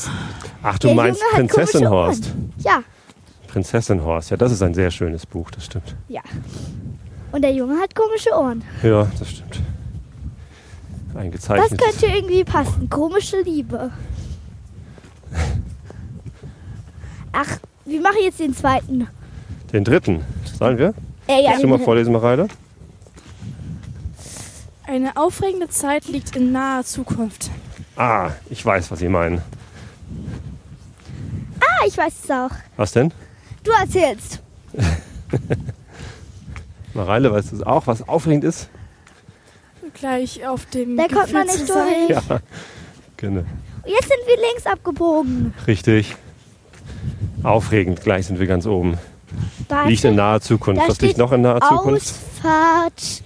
Ach, du
Der
meinst
Junge hat
Prinzessin
komische
Horst.
ja,
Prinzessin Horst, ja, das ist ein sehr schönes Buch, das stimmt.
ja. Und der Junge hat komische Ohren.
Ja, das stimmt.
Das
Eingezeichnet.
könnte irgendwie passen. Komische Liebe. Ach, wir machen jetzt den zweiten.
Den dritten. Sollen wir?
Äh, ja,
Kannst du mal
den-
vorlesen, Mareile?
Eine aufregende Zeit liegt in naher Zukunft.
Ah, ich weiß, was Sie meinen.
ah, ich weiß es auch.
Was denn?
Du erzählst.
Mareile, weißt du auch, was aufregend ist?
Gleich auf dem.
Da kommt man
Gipfel
nicht
zu sein.
durch.
Ja. Genau.
Jetzt sind wir links abgebogen.
Richtig. Aufregend, gleich sind wir ganz oben.
Da
Liegt in naher Zukunft.
da
Was liegt
steht
noch in naher Zukunft?
Ausfahrt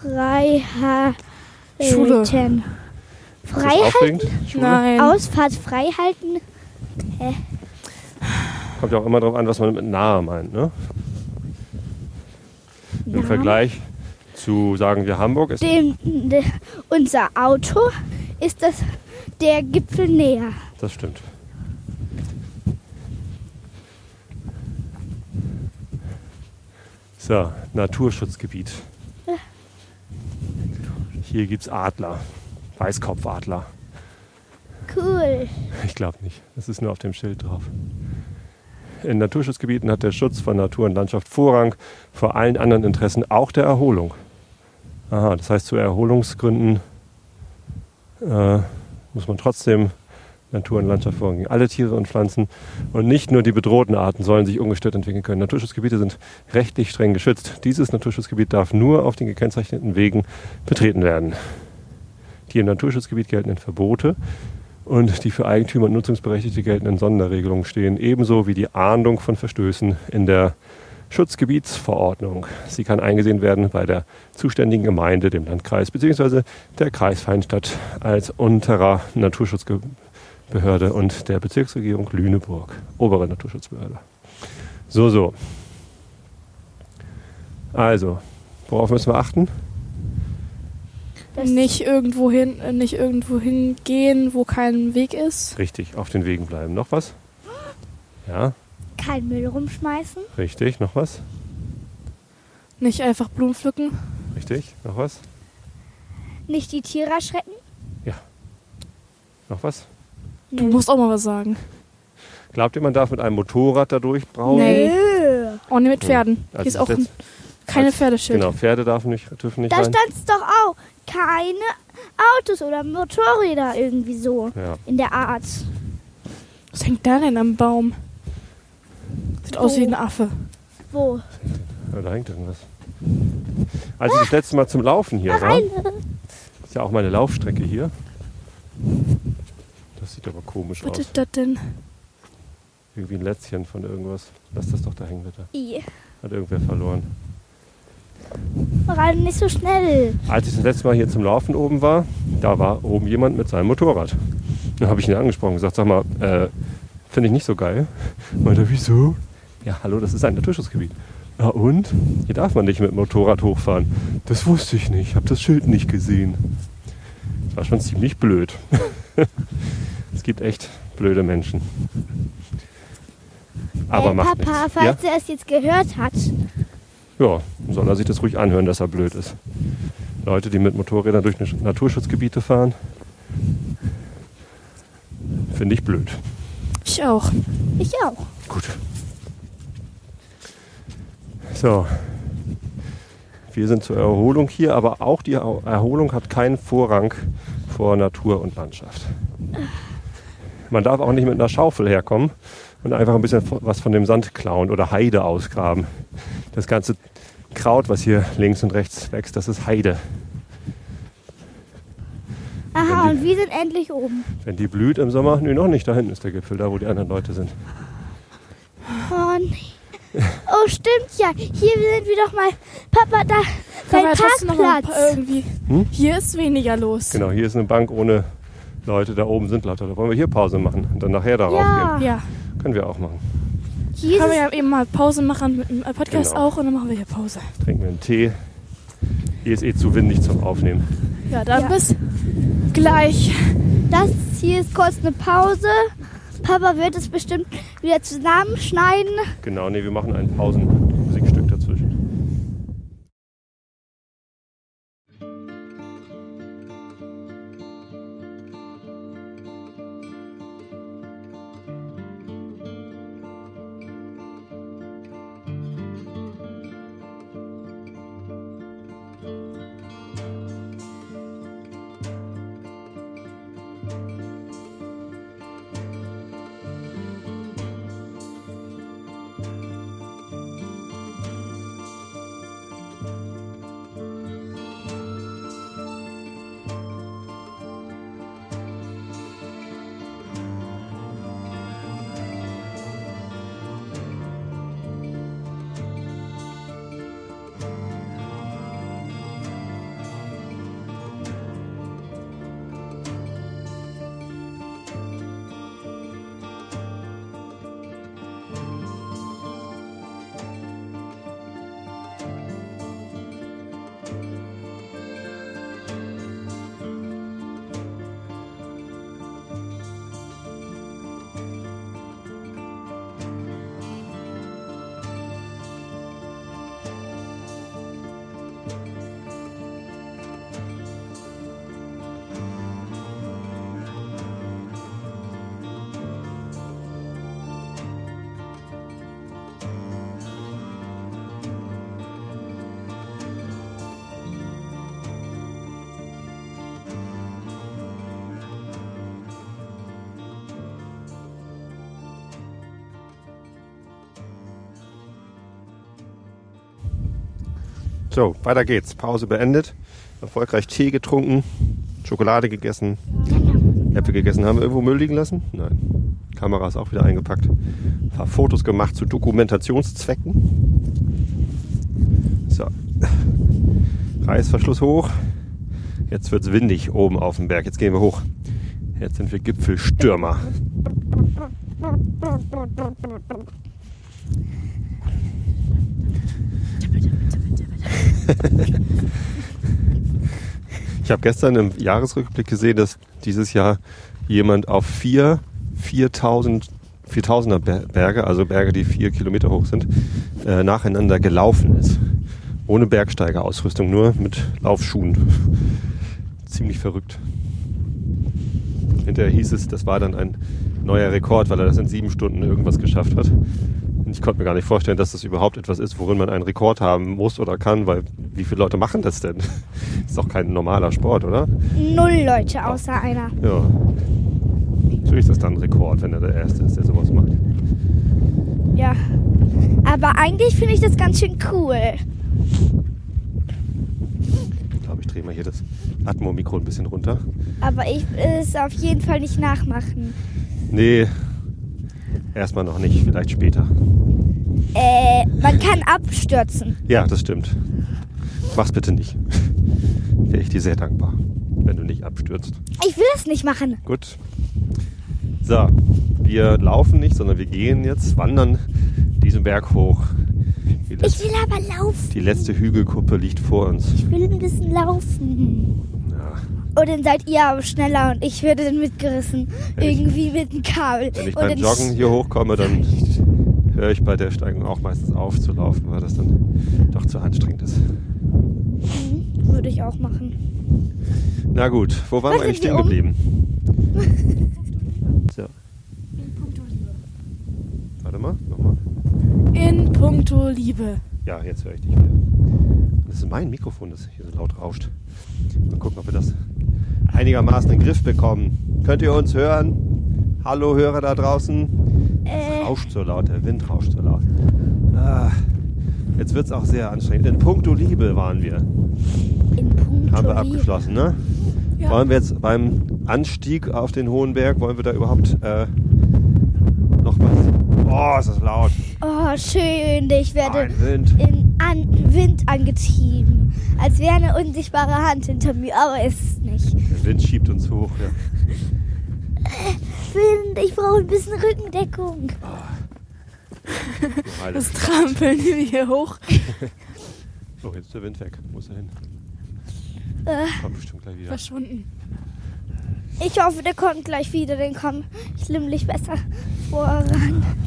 Freihalten.
Schule.
Ist das
Freihalten?
aufregend? Schule?
Nein.
Ausfahrt Freihalten?
Kommt ja auch immer darauf an, was man mit nahe meint. Ne? Im
Ja.
Vergleich zu, sagen wir, Hamburg ist
Dem, de, unser Auto ist das der Gipfel näher.
Das stimmt. So, Naturschutzgebiet. Hier gibt es Adler. Weißkopfadler.
Cool.
Ich glaube nicht. Das ist nur auf dem Schild drauf. In Naturschutzgebieten hat der Schutz von Natur und Landschaft Vorrang vor allen anderen Interessen, auch der Erholung. Aha, das heißt, zu Erholungsgründen äh, muss man trotzdem Natur und Landschaft vorrangehen. Alle Tiere und Pflanzen und nicht nur die bedrohten Arten sollen sich ungestört entwickeln können. Naturschutzgebiete sind rechtlich streng geschützt. Dieses Naturschutzgebiet darf nur auf den gekennzeichneten Wegen betreten werden. Die im Naturschutzgebiet geltenden Verbote und die für Eigentümer und Nutzungsberechtigte geltenden Sonderregelungen stehen, ebenso wie die Ahndung von Verstößen in der Schutzgebietsverordnung. Sie kann eingesehen werden bei der zuständigen Gemeinde, dem Landkreis bzw. der Kreisfeinstadt als unterer Naturschutzbehörde und der Bezirksregierung Lüneburg, obere Naturschutzbehörde. So, so. Also, worauf müssen wir achten?
Das-
nicht irgendwo hin, äh, nicht irgendwo hingehen, wo kein Weg ist.
Richtig, auf den Wegen bleiben. Noch was? Ja,
Kein Müll rumschmeißen.
richtig. Noch was?
Nicht einfach Blumen pflücken.
Richtig. Noch was?
Nicht die Tiere erschrecken.
Noch was?
Du musst auch mal was sagen.
Glaubt ihr, man darf mit einem Motorrad da durchbrausen?
Nee.
Nö.
Auch nicht mit Pferden.
Oh. Also
Hier ist
das
auch
jetzt-
keine
also-
Pferdeschild.
Genau, Pferde darf nicht, dürfen nicht
Da
rein.
stand es doch auch. Keine Autos oder Motorräder irgendwie so.
Ja.
In der Art.
Was hängt da denn am Baum? Sind Sieht aus wie ein Affe.
Wo?
Ja, da hängt irgendwas. Als ich das letzte Mal zum Laufen hier war, ist ja auch meine Laufstrecke hier. Das sieht aber komisch
Was
aus.
ist das denn?
Irgendwie ein Lätzchen von irgendwas. Lass das doch da hängen, bitte.
I.
Hat irgendwer verloren.
Rein nicht so schnell.
Als ich das letzte Mal hier zum Laufen oben war, da war oben jemand mit seinem Motorrad. Dann habe ich ihn angesprochen und gesagt, sag mal, äh, finde ich nicht so geil. Meinte, er, wieso? Ja, hallo, das ist ein Naturschutzgebiet. Na und? Hier darf man nicht mit dem Motorrad hochfahren. Das wusste ich nicht, habe das Schild nicht gesehen. Das war schon ziemlich blöd. es gibt echt blöde Menschen. Aber
Ey,
macht
Papa,
nichts. Ja?
falls er es jetzt gehört hat.
Ja, soll er sich das ruhig anhören, dass er blöd ist. Leute, die mit Motorrädern durch Naturschutzgebiete fahren, finde ich blöd.
Ich auch.
Ich auch.
Gut. So. Wir sind zur Erholung hier, aber auch die Au- Erholung hat keinen Vorrang vor Natur und Landschaft. Man darf auch nicht mit einer Schaufel herkommen und einfach ein bisschen vo- was von dem Sand klauen oder Heide ausgraben. Das ganze Kraut, was hier links und rechts wächst, das ist Heide.
Aha,
Wenn die-
und wir sind endlich oben.
Wenn die blüht im Sommer, nö, noch nicht. Da hinten ist der Gipfel, da wo die anderen Leute sind.
Oh, nee. oh stimmt ja. Hier sind wir doch mal. Papa, da. Dein
Aber trotzdem noch mal ein paar
Parkplatz.
irgendwie.
Hm?
Hier ist weniger los.
Genau, hier ist eine Bank ohne Leute, da oben sind Leute. Da wollen wir hier Pause machen und dann nachher darauf
Ja.
Ja.
gehen. Können wir auch machen.
Hier
Können wir
ist
ja eben mal Pause machen mit dem Podcast
Genau.
auch und dann machen wir hier Pause.
Trinken wir einen Tee. Hier ist eh zu windig zum Aufnehmen.
Ja, dann
Ja.
bis gleich.
das hier ist kurz eine Pause. Papa wird es bestimmt wieder zusammenschneiden.
Genau, nee, wir machen ein Pausenmusikstück dazwischen. So, weiter geht's. Pause beendet. Erfolgreich Tee getrunken. Schokolade gegessen. Äpfel gegessen. Haben wir irgendwo Müll liegen lassen? Nein. Kamera ist auch wieder eingepackt. Ein paar Fotos gemacht zu Dokumentationszwecken. So. Reißverschluss hoch. Jetzt wird's windig oben auf dem Berg. Jetzt gehen wir hoch. Jetzt sind wir Gipfelstürmer. Ich habe gestern im Jahresrückblick gesehen, dass dieses Jahr jemand auf vier 4000, 4000er Ber- Berge, also Berge, die vier Kilometer hoch sind, äh, nacheinander gelaufen ist. Ohne Bergsteigerausrüstung, nur mit Laufschuhen. Ziemlich verrückt. Hinterher hieß es, das war dann ein neuer Rekord, weil er das in sieben Stunden irgendwas geschafft hat. Und ich konnte mir gar nicht vorstellen, dass das überhaupt etwas ist, worin man einen Rekord haben muss oder kann, weil wie viele Leute machen das denn? Ist doch kein normaler Sport, oder?
Null Leute außer einer.
Ja. Natürlich ist das dann ein Rekord, wenn er der Erste ist, der sowas macht.
Ja. Aber eigentlich finde ich das ganz schön cool.
Ich glaube, ich drehe mal hier das Atmo-Mikro ein bisschen runter.
Aber ich will es auf jeden Fall nicht nachmachen.
Nee, erstmal noch nicht, vielleicht später.
Äh, man kann abstürzen.
Ja, das stimmt. Mach's bitte nicht. Wäre ich dir sehr dankbar, wenn du nicht abstürzt.
Ich will das nicht machen.
Gut. So, wir laufen nicht, sondern wir gehen jetzt, wandern diesen Berg hoch. Die
Ich
letzte,
will aber laufen.
die letzte Hügelkuppe liegt vor uns.
Ich will ein bisschen laufen.
Ja,
Und dann seid ihr aber schneller und ich werde dann mitgerissen.
Wenn ich-
Irgendwie mit dem Kabel.
wenn ich
und
beim
dann
Joggen hier hochkomme, dann höre ich bei der Steigung auch meistens auf zu laufen, weil das dann doch zu anstrengend ist.
würde ich auch machen.
Na gut, wo waren
Was
wir eigentlich
sind
stehen
wir um.
geblieben? So. Warte mal, nochmal.
In puncto Liebe.
Ja, jetzt höre ich dich wieder. Das ist mein Mikrofon, das hier so laut rauscht. Mal gucken, ob wir das einigermaßen in den Griff bekommen. Könnt ihr uns hören? Hallo Hörer da draußen.
Äh,
Es rauscht so laut, der Wind rauscht so laut. Ah, jetzt wird es auch sehr anstrengend. In puncto Liebe waren wir.
in puncto
Haben wir
Liebe.
abgeschlossen, ne?
Ja.
Wollen wir jetzt beim Anstieg auf den hohen Berg, wollen wir da überhaupt äh, noch was? Oh, ist das laut.
Oh, schön. Ich werde
Ein Wind.
in an Wind angetrieben. Als wäre eine unsichtbare Hand hinter mir, aber ist es nicht.
Der Wind schiebt uns hoch. Ja.
Wind, ich brauche ein bisschen Rückendeckung.
Du Heilige.
Das trampeln wir hier hoch.
Oh, jetzt ist der Wind weg. Wo ist er hin?
Äh.
Kommt bestimmt gleich wieder.
Verschwunden.
Ich hoffe, der kommt gleich wieder, den komme ich limmlich besser voran.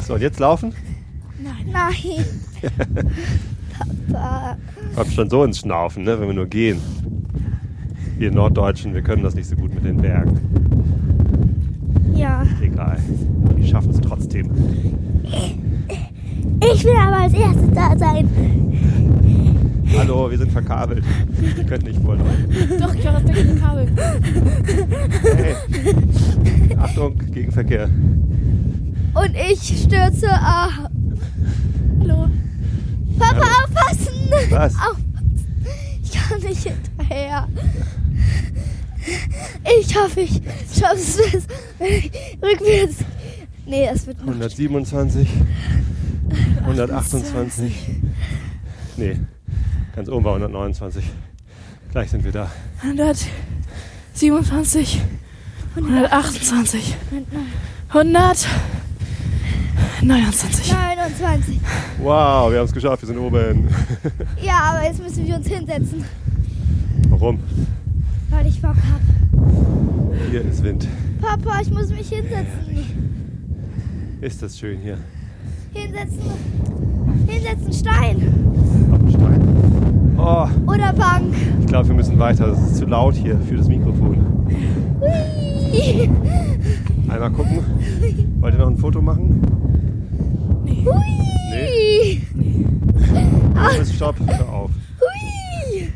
So, und jetzt laufen?
Nein. Papa.
Kommt schon so ins Schnaufen, ne, wenn wir nur gehen. Wir Norddeutschen, wir können das nicht so gut mit den Bergen.
Ja.
Egal. Wir schaffen es trotzdem.
Ich will aber als erstes da sein.
Hallo, wir sind verkabelt. Wir können nicht vorlaufen.
Doch, ich war aus dem Kabel.
Hey. Achtung, Gegenverkehr.
Und ich stürze ab.
Hallo.
Papa, aufpassen!
Was?
Aufpassen! Ich kann nicht hinterher. Ich hoffe, ich schaffe es bis wenn ich rückwärts. Nee, das wird noch.
127, 128. Nee, ganz oben war 129. Gleich sind wir da.
127. 128. 129.
29.
Wow, wir haben es geschafft, wir sind oben.
Ja, aber jetzt müssen wir uns hinsetzen,
Warum?
weil ich Bock habe.
Hier ist Wind.
Papa, ich muss mich hinsetzen.
Ist das schön hier.
Hinsetzen. Hinsetzen, Stein
Auf dem Stein. Oh,
oder Bank.
ich glaube, wir müssen weiter. Es ist zu laut hier für das Mikrofon.
Hui.
Einmal gucken. Wollt ihr noch ein Foto machen?
Hui. Ah,
Oh, ist Stopp, hör auf.
Hui.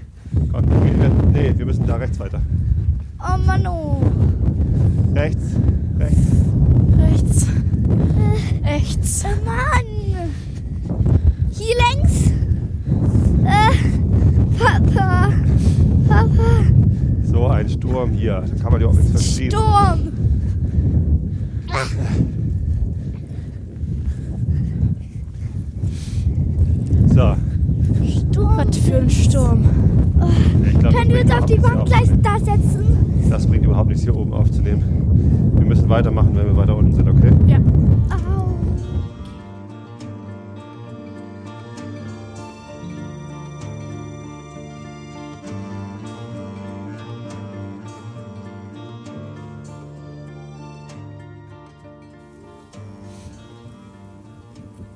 Komm, wir gehen wir- nee, wir müssen da rechts weiter.
Oh Mann, oh.
Rechts, rechts.
Rechts. Rechts.
Oh Mann! Hier längs? Äh, Papa! Papa!
So ein Sturm hier. Da kann man ja auch nichts verstehen.
Sturm!
So,
Sturm!
Was für ein Sturm.
ich glaube, das
Können wir uns
bringt
auf die Bank
überhaupt nichts
gleich
hier
da setzen?
aufzunehmen. Das bringt überhaupt nichts hier oben aufzunehmen. Wir müssen weitermachen, wenn wir weiter unten sind, okay?
Ja.
Au!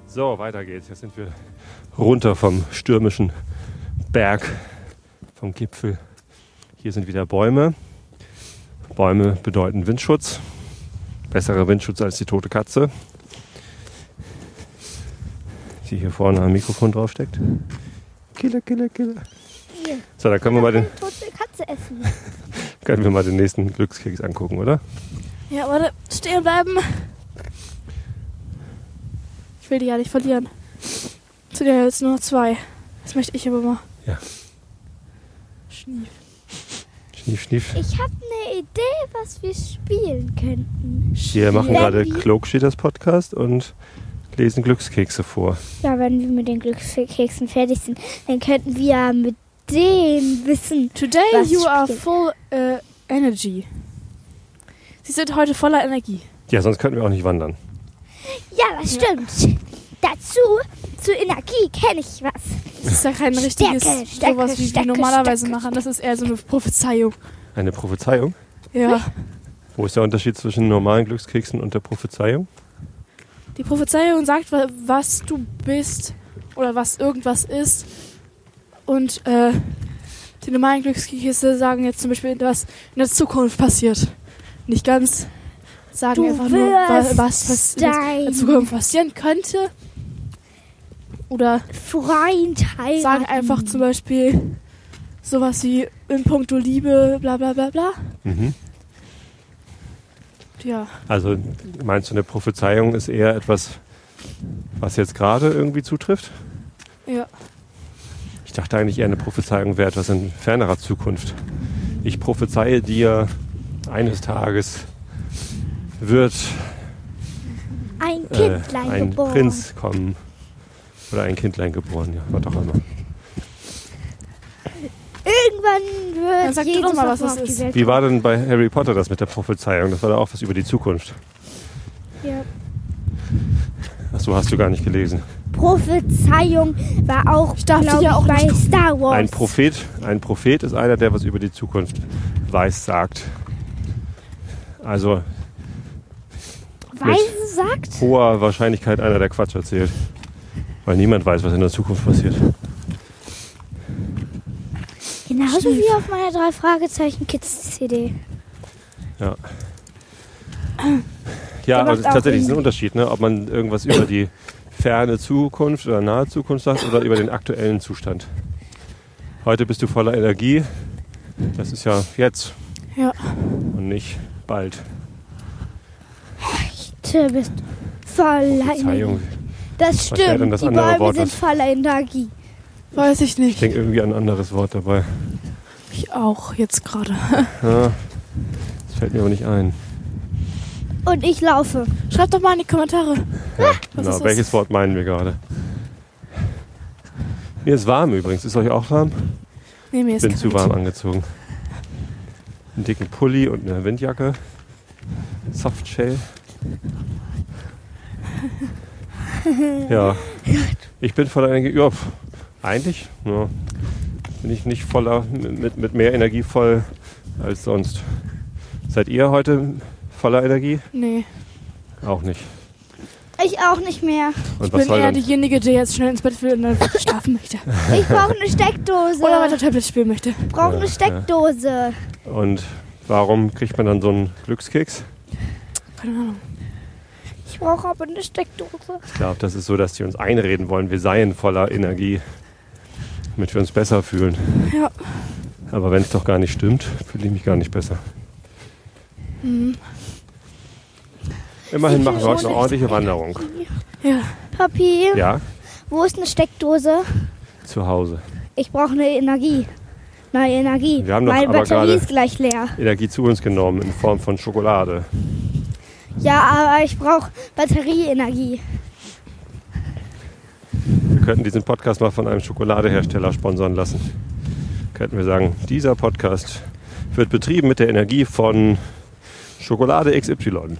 So, weiter geht's. Jetzt sind wir runter vom stürmischen Berg, vom Gipfel. Hier sind wieder Bäume. Bäume bedeuten Windschutz. Besserer Windschutz als die tote Katze, die hier vorne am Mikrofon draufsteckt. Killer, killer, killer.
Hier.
So, da können wir, mal den,
Eine tote Katze essen.
können wir mal den nächsten Glückskeks angucken, oder?
Ja, warte. Stehen bleiben. Ich will die ja nicht verlieren. Zu der jetzt nur noch zwei. Das möchte ich aber mal.
Ja.
Schnief.
Schnief, schnief.
Ich habe eine Idee, was wir spielen könnten.
Wir machen
Wenn
gerade
wir-
Klog steht das Podcast und lesen Glückskekse vor.
Ja, wenn wir mit den Glückskeksen fertig sind, dann könnten wir mit dem Wissen.
Today
Was
you are
spielt-
full äh, energy. Sie sind heute voller Energie.
Ja, sonst könnten wir auch nicht wandern.
Ja, das stimmt. Dazu, zu Energie, kenne ich was.
Das ist ja kein
Stärke,
richtiges
Stärke,
sowas, wie
Stärke,
wir normalerweise
Stärke.
machen. Das ist eher so eine Prophezeiung.
Eine Prophezeiung?
Ja.
Wo ist der Unterschied zwischen normalen Glückskeksen und der Prophezeiung?
Die Prophezeiung sagt, wa- was du bist oder was irgendwas ist. Und äh, die normalen Glückskekse sagen jetzt zum Beispiel, was in der Zukunft passiert. Nicht ganz sagen
Du
einfach nur, wa-
wirst
was, was in der
dein
Zukunft passieren könnte. Oder
Freund heiraten.
sagen einfach zum Beispiel sowas wie in puncto Liebe, bla bla bla bla.
Mhm.
Ja,
Also meinst du, eine Prophezeiung ist eher etwas, was jetzt gerade irgendwie zutrifft?
ja.
Ich dachte eigentlich eher, eine Prophezeiung wäre etwas in fernerer Zukunft. Ich prophezeie dir, eines Tages wird
ein
äh,
Kindlein
ein
geboren.
Prinz kommen. Oder ein Kindlein geboren, ja, was auch immer.
Irgendwann wird
Dann sag du
Jesus
doch mal, was
noch
das
auf die
ist.
Welt
Wie war denn bei Harry Potter das mit der Prophezeiung? Das war da auch was über die Zukunft.
Ja.
Ach so, hast du gar nicht gelesen.
Prophezeiung war auch,
Ich darf dich
glaub
ja auch
ich, bei
nicht-
Star Wars.
Ein Prophet, ein Prophet ist einer, der was über die Zukunft weiß, sagt. Also
Weise sagt?
hoher Wahrscheinlichkeit einer, der Quatsch erzählt. Weil niemand weiß, was in der Zukunft passiert.
Genauso wie auf meiner drei Fragezeichen Kids CD.
Ja. Ja, aber
macht
es ist
auch
tatsächlich ist ein
Sinn.
Unterschied, ne? ob man irgendwas über die ferne Zukunft oder nahe Zukunft sagt oder über den aktuellen Zustand. Heute bist du voller Energie. Das ist ja jetzt
Ja.
und nicht bald.
Du bist voller Energie.
Verzeihung.
Das
Was wäre denn
stimmt.
das
die
andere
Bäume
Wort,
sind
das-
voller Energie.
Weiß ich
Ich
nicht.
denke irgendwie an ein anderes Wort dabei.
Ich auch jetzt gerade.
Ja, das fällt mir aber nicht ein.
Und ich laufe.
Schreibt doch mal in die Kommentare. was ist
Genau,
das?
welches Wort meinen wir gerade? Mir ist warm übrigens. Ist euch auch warm?
Nee, mir
Ich
ist
bin zu
kalt.
warm angezogen. Einen dicken Pulli und eine Windjacke. Softshell. Ja. Ich bin voller Energie. Ja, pf, eigentlich ja. bin ich nicht voller, mit, mit mehr Energie voll als sonst. Seid ihr heute voller Energie?
Nee,
Auch nicht.
Ich auch nicht mehr.
Und
ich bin eher diejenige, die jetzt schnell ins Bett will und dann schlafen möchte.
Ich brauche eine Steckdose.
Oder weiter Tablet spielen möchte.
ich brauche
Ja,
eine Steckdose.
Und warum kriegt man dann so einen Glückskeks?
Keine Ahnung.
Ich brauche aber eine Steckdose.
Ich glaube, das ist so, dass die uns einreden wollen, wir seien voller Energie, damit wir uns besser fühlen.
Ja.
Aber wenn es doch gar nicht stimmt, fühle ich mich gar nicht besser. Immerhin machen wir heute eine ordentliche Wanderung.
Ja.
Papi,
Ja,
wo ist eine Steckdose?
zu Hause.
Ich brauche eine Energie. Neue Energie.
Wir haben doch
Meine
aber gerade-
Batterie ist gleich leer.
Energie zu uns genommen in Form von Schokolade.
Ja, aber ich brauche Batterieenergie.
Wir könnten diesen Podcast mal von einem Schokoladehersteller sponsern lassen. Könnten wir sagen, dieser Podcast wird betrieben mit der Energie von Schokolade XY.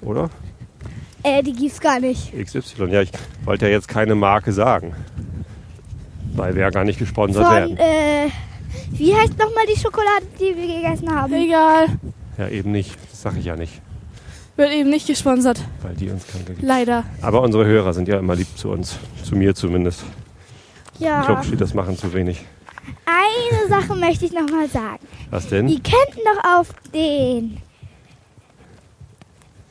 Oder?
Äh, die gibt's gar nicht.
XY. Ja, ich wollte ja jetzt keine Marke sagen. Weil wir ja gar nicht gesponsert
Von,
werden.
äh, wie heißt nochmal die Schokolade, die wir gegessen haben?
Egal.
Ja, eben nicht. Das sage ich ja nicht.
Wird eben nicht gesponsert.
Weil die uns kein Geld geben.
Leider.
Aber unsere Hörer sind ja immer lieb zu uns. Zu mir zumindest. Ich
Ja.
glaube, steht das machen zu wenig.
Eine Sache möchte ich nochmal sagen.
Was denn?
Ihr kennt noch auf den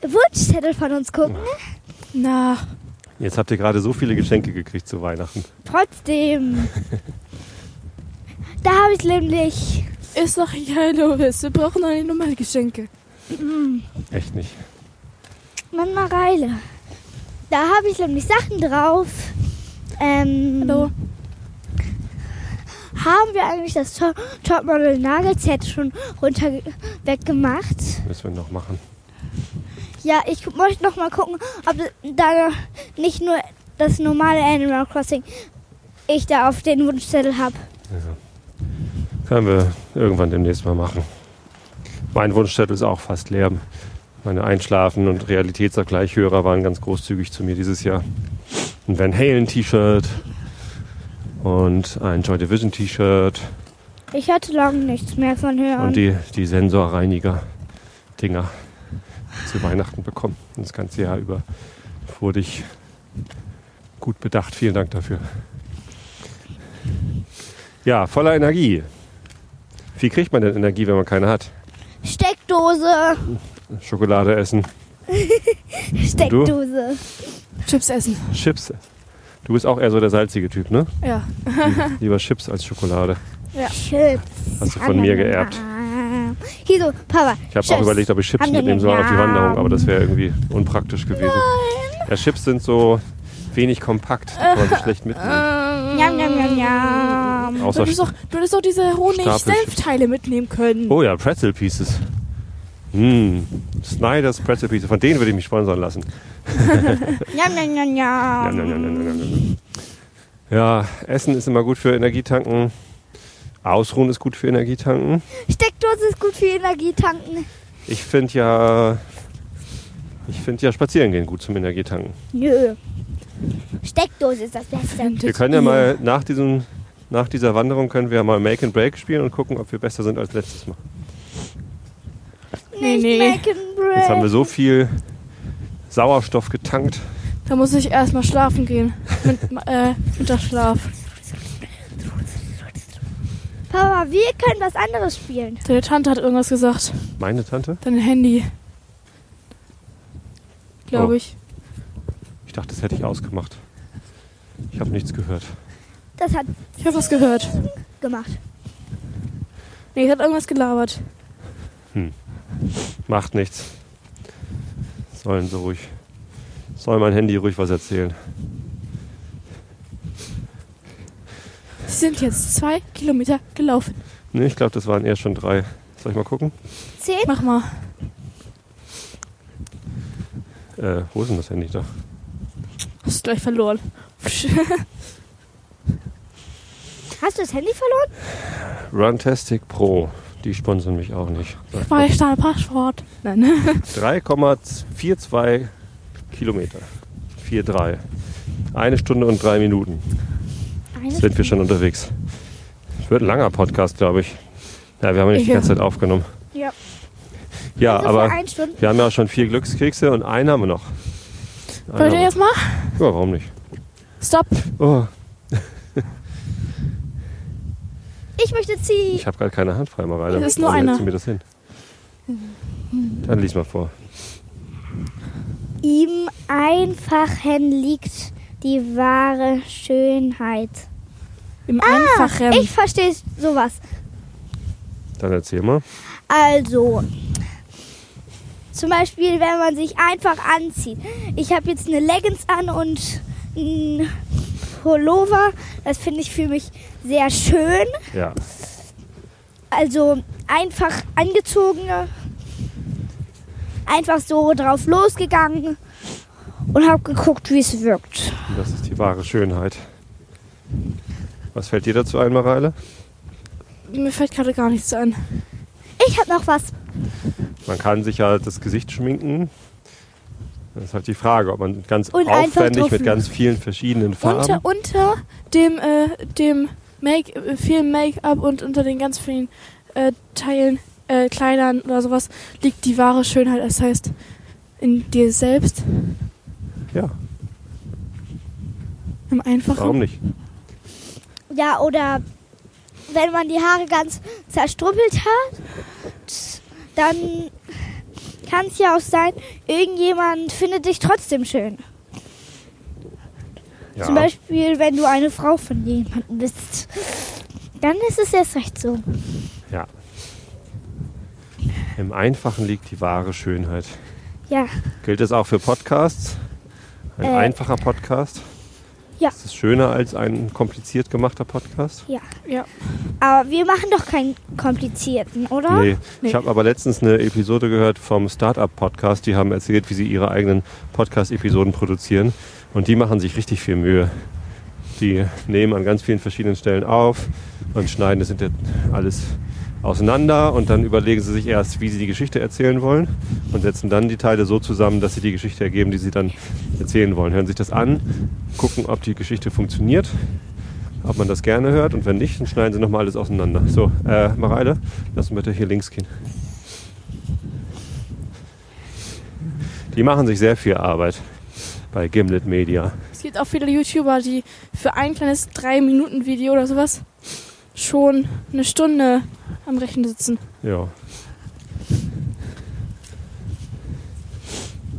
Wunschzettel von uns gucken.
Na,
Jetzt habt ihr gerade so viele Geschenke gekriegt zu Weihnachten.
Trotzdem. Da habe ich nämlich
ist doch egal, Loris. Wir brauchen doch nicht nochmal Geschenke.
Echt nicht.
Mann Mareile. Da habe ich nämlich Sachen drauf. Ähm,
Hallo.
Haben wir eigentlich das To- Topmodel Nagelset schon runter weggemacht?
Müssen wir noch machen.
Ja, ich gu- möchte noch mal gucken, ob da nicht nur das normale Animal Crossing ich da auf den Wunschzettel habe.
Können wir irgendwann demnächst mal machen. Mein Wunschzettel ist auch fast leer. Meine Einschlafen- und Realitätsvergleichhörer waren ganz großzügig zu mir dieses Jahr. Ein Van Halen-T-Shirt und ein Joy Division-T-Shirt
Ich hatte lange nichts mehr von hören.
und die, die Sensorreiniger-Dinger zu Weihnachten bekommen. Und Das ganze Jahr über wurde ich gut bedacht. Vielen Dank dafür. Ja, voller Energie. Wie kriegt man denn Energie, wenn man keine hat?
Steckdose,
Schokolade essen,
Steckdose.
Chips essen.
Chips. Du bist auch eher so der salzige Typ, ne?
Ja.
Lieber Chips als Schokolade.
Chips.
Hast du von mir geerbt.
Hier so, Papa.
Ich habe auch
Chips.
überlegt, ob ich Chips
Am Ende
mitnehmen soll auf die
Namen.
Wanderung, aber das wäre irgendwie unpraktisch gewesen. Ja, Chips sind so wenig kompakt, die kann man so schlecht mitnehmen.
Njam, njam, njam, njam.
Du
Außer
hättest doch, du hättest doch diese Honig-Senfteile mitnehmen können.
Oh ja, Pretzel Pieces. Hm, Snyder's Pretzel Pieces. Von denen würde ich mich sponsern lassen.
Njam, njam, njam,
Ja,
njam.
nein, nein, nein, nein, nein, nein. ja, Essen ist immer gut für Energietanken. Ausruhen ist gut für Energietanken.
Steckdose ist gut für Energie tanken.
Ich finde ja, ich finde ja spazieren gehen gut zum Energietanken.
Nö. Steckdose ist das Beste.
Wir können ja mal nach diesem nach dieser Wanderung können wir mal Make and Break spielen und gucken, ob wir besser sind als letztes Mal.
Nee,
Nicht
nee.
make and break.
Jetzt haben wir so viel Sauerstoff getankt.
Da muss ich erstmal schlafen gehen. Mit, äh, Winterschlaf.
Papa, wir können was anderes spielen.
Deine Tante hat irgendwas gesagt.
Meine Tante?
Dein Handy. Glaube
Oh.
ich.
Ich dachte, das hätte ich ausgemacht. Ich habe nichts gehört.
Das hat
Ich habe was gehört.
gemacht.
Nee, sie hat irgendwas gelabert.
Macht nichts. Sollen so ruhig. Soll mein Handy ruhig was erzählen.
Sie sind jetzt zwei Kilometer gelaufen.
Nee, ich glaube, das waren eher schon drei. Soll ich mal gucken?
Zehn?
Mach mal.
Äh, wo ist denn das Handy da?
Hast du gleich verloren.
Hast du das Handy verloren?
Runtastic Pro. Die sponsern mich auch nicht. Sagt
War ich da ein Passwort? Nein. ne?
3,42 Kilometer. 4,3. Eine Stunde und drei Minuten
Eine
sind wir schon unterwegs. Wird ein langer Podcast, glaube ich. Ja, wir haben ihn nicht die
Ja.
ganze Zeit aufgenommen.
Ja.
Ja,
also
aber
Für ein Stunde.
wir haben ja auch schon vier Glückskekse und einen haben wir noch. Einen
Wollt ihr
haben
jetzt mal?
wir. Ja, warum nicht?
Stopp.
Oh,
Ich möchte ziehen.
ich habe gerade keine Hand frei, Mareile.
Es ist nur
Warum hältst
einer.
du mir das hin? Dann lies mal vor.
Im Einfachen liegt die wahre Schönheit.
Im
Ah,
Einfachen.
Ich verstehe sowas.
Dann erzähl mal.
Also, zum Beispiel, wenn man sich einfach anzieht. Ich habe jetzt eine Leggings an und ein Pullover. Das finde ich für mich sehr schön.
Ja.
Also einfach angezogene, einfach so drauf losgegangen und habe geguckt, wie es wirkt.
Das ist die wahre Schönheit. Was fällt dir dazu ein, Mareile?
Mir fällt gerade gar nichts ein.
Ich habe noch was.
Man kann sich ja das Gesicht schminken. Das ist halt die Frage, ob man ganz
Und einfach
aufwendig
drauf
mit ganz vielen verschiedenen Farben.
Unter, unter dem, äh, dem Make, äh, vielen Make-up und unter den ganz vielen äh, Teilen, äh, Kleidern oder sowas liegt die wahre Schönheit. Das heißt, in dir selbst,
Ja,
im Einfachen.
warum nicht?
Ja, oder wenn man die Haare ganz zerstrüppelt hat, dann kann es ja auch sein, irgendjemand findet dich trotzdem schön.
Ja.
Zum Beispiel, wenn du eine Frau von jemandem bist. Dann ist es erst recht so.
ja. Im Einfachen liegt die wahre Schönheit.
Ja,
Gilt das auch für Podcasts? Ein
Äh.
einfacher Podcast.
Ja.
Ist es schöner als ein kompliziert gemachter Podcast?
Aber wir machen doch keinen komplizierten, oder?
Nee.
Nee.
Ich habe aber letztens eine Episode gehört vom Startup-Podcast. Die haben erzählt, wie sie ihre eigenen Podcast-Episoden produzieren. Und die machen sich richtig viel Mühe. Die nehmen an ganz vielen verschiedenen Stellen auf und schneiden das hinter alles auseinander. Und dann überlegen sie sich erst, wie sie die Geschichte erzählen wollen. Und setzen dann die Teile so zusammen, dass sie die Geschichte ergeben, die sie dann erzählen wollen. Hören sich das an, gucken, ob die Geschichte funktioniert ob man das gerne hört und wenn nicht, dann schneiden sie nochmal alles auseinander. So, äh, Mareile, lass uns bitte hier links gehen. Die machen sich sehr viel Arbeit bei Gimlet Media.
Es gibt auch viele YouTuber, die für ein kleines 3-Minuten-Video oder sowas schon eine Stunde am Rechner sitzen.
Ja,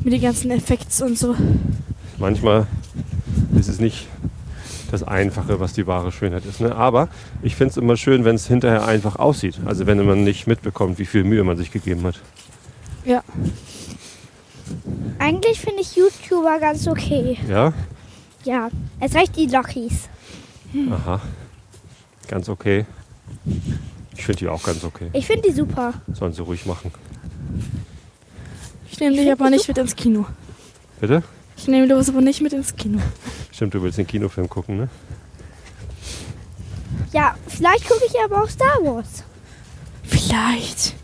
Mit den ganzen Effekts und so.
manchmal ist es nicht das Einfache, was die wahre Schönheit ist. Ne? Aber ich finde es immer schön, wenn es hinterher einfach aussieht. Also wenn man nicht mitbekommt, wie viel Mühe man sich gegeben hat.
Ja.
Eigentlich finde ich YouTuber ganz okay.
Ja?
Ja, es reicht die Lockies.
Aha. Ganz okay. Ich finde die auch ganz okay.
Ich finde die super.
Sollen sie ruhig machen.
Ich nehme dich aber nicht mit ins Kino.
Bitte?
Ich nehme Louis aber nicht mit ins Kino.
Stimmt, du willst den Kinofilm gucken, ne?
Ja, vielleicht gucke ich aber auch Star Wars.
Vielleicht.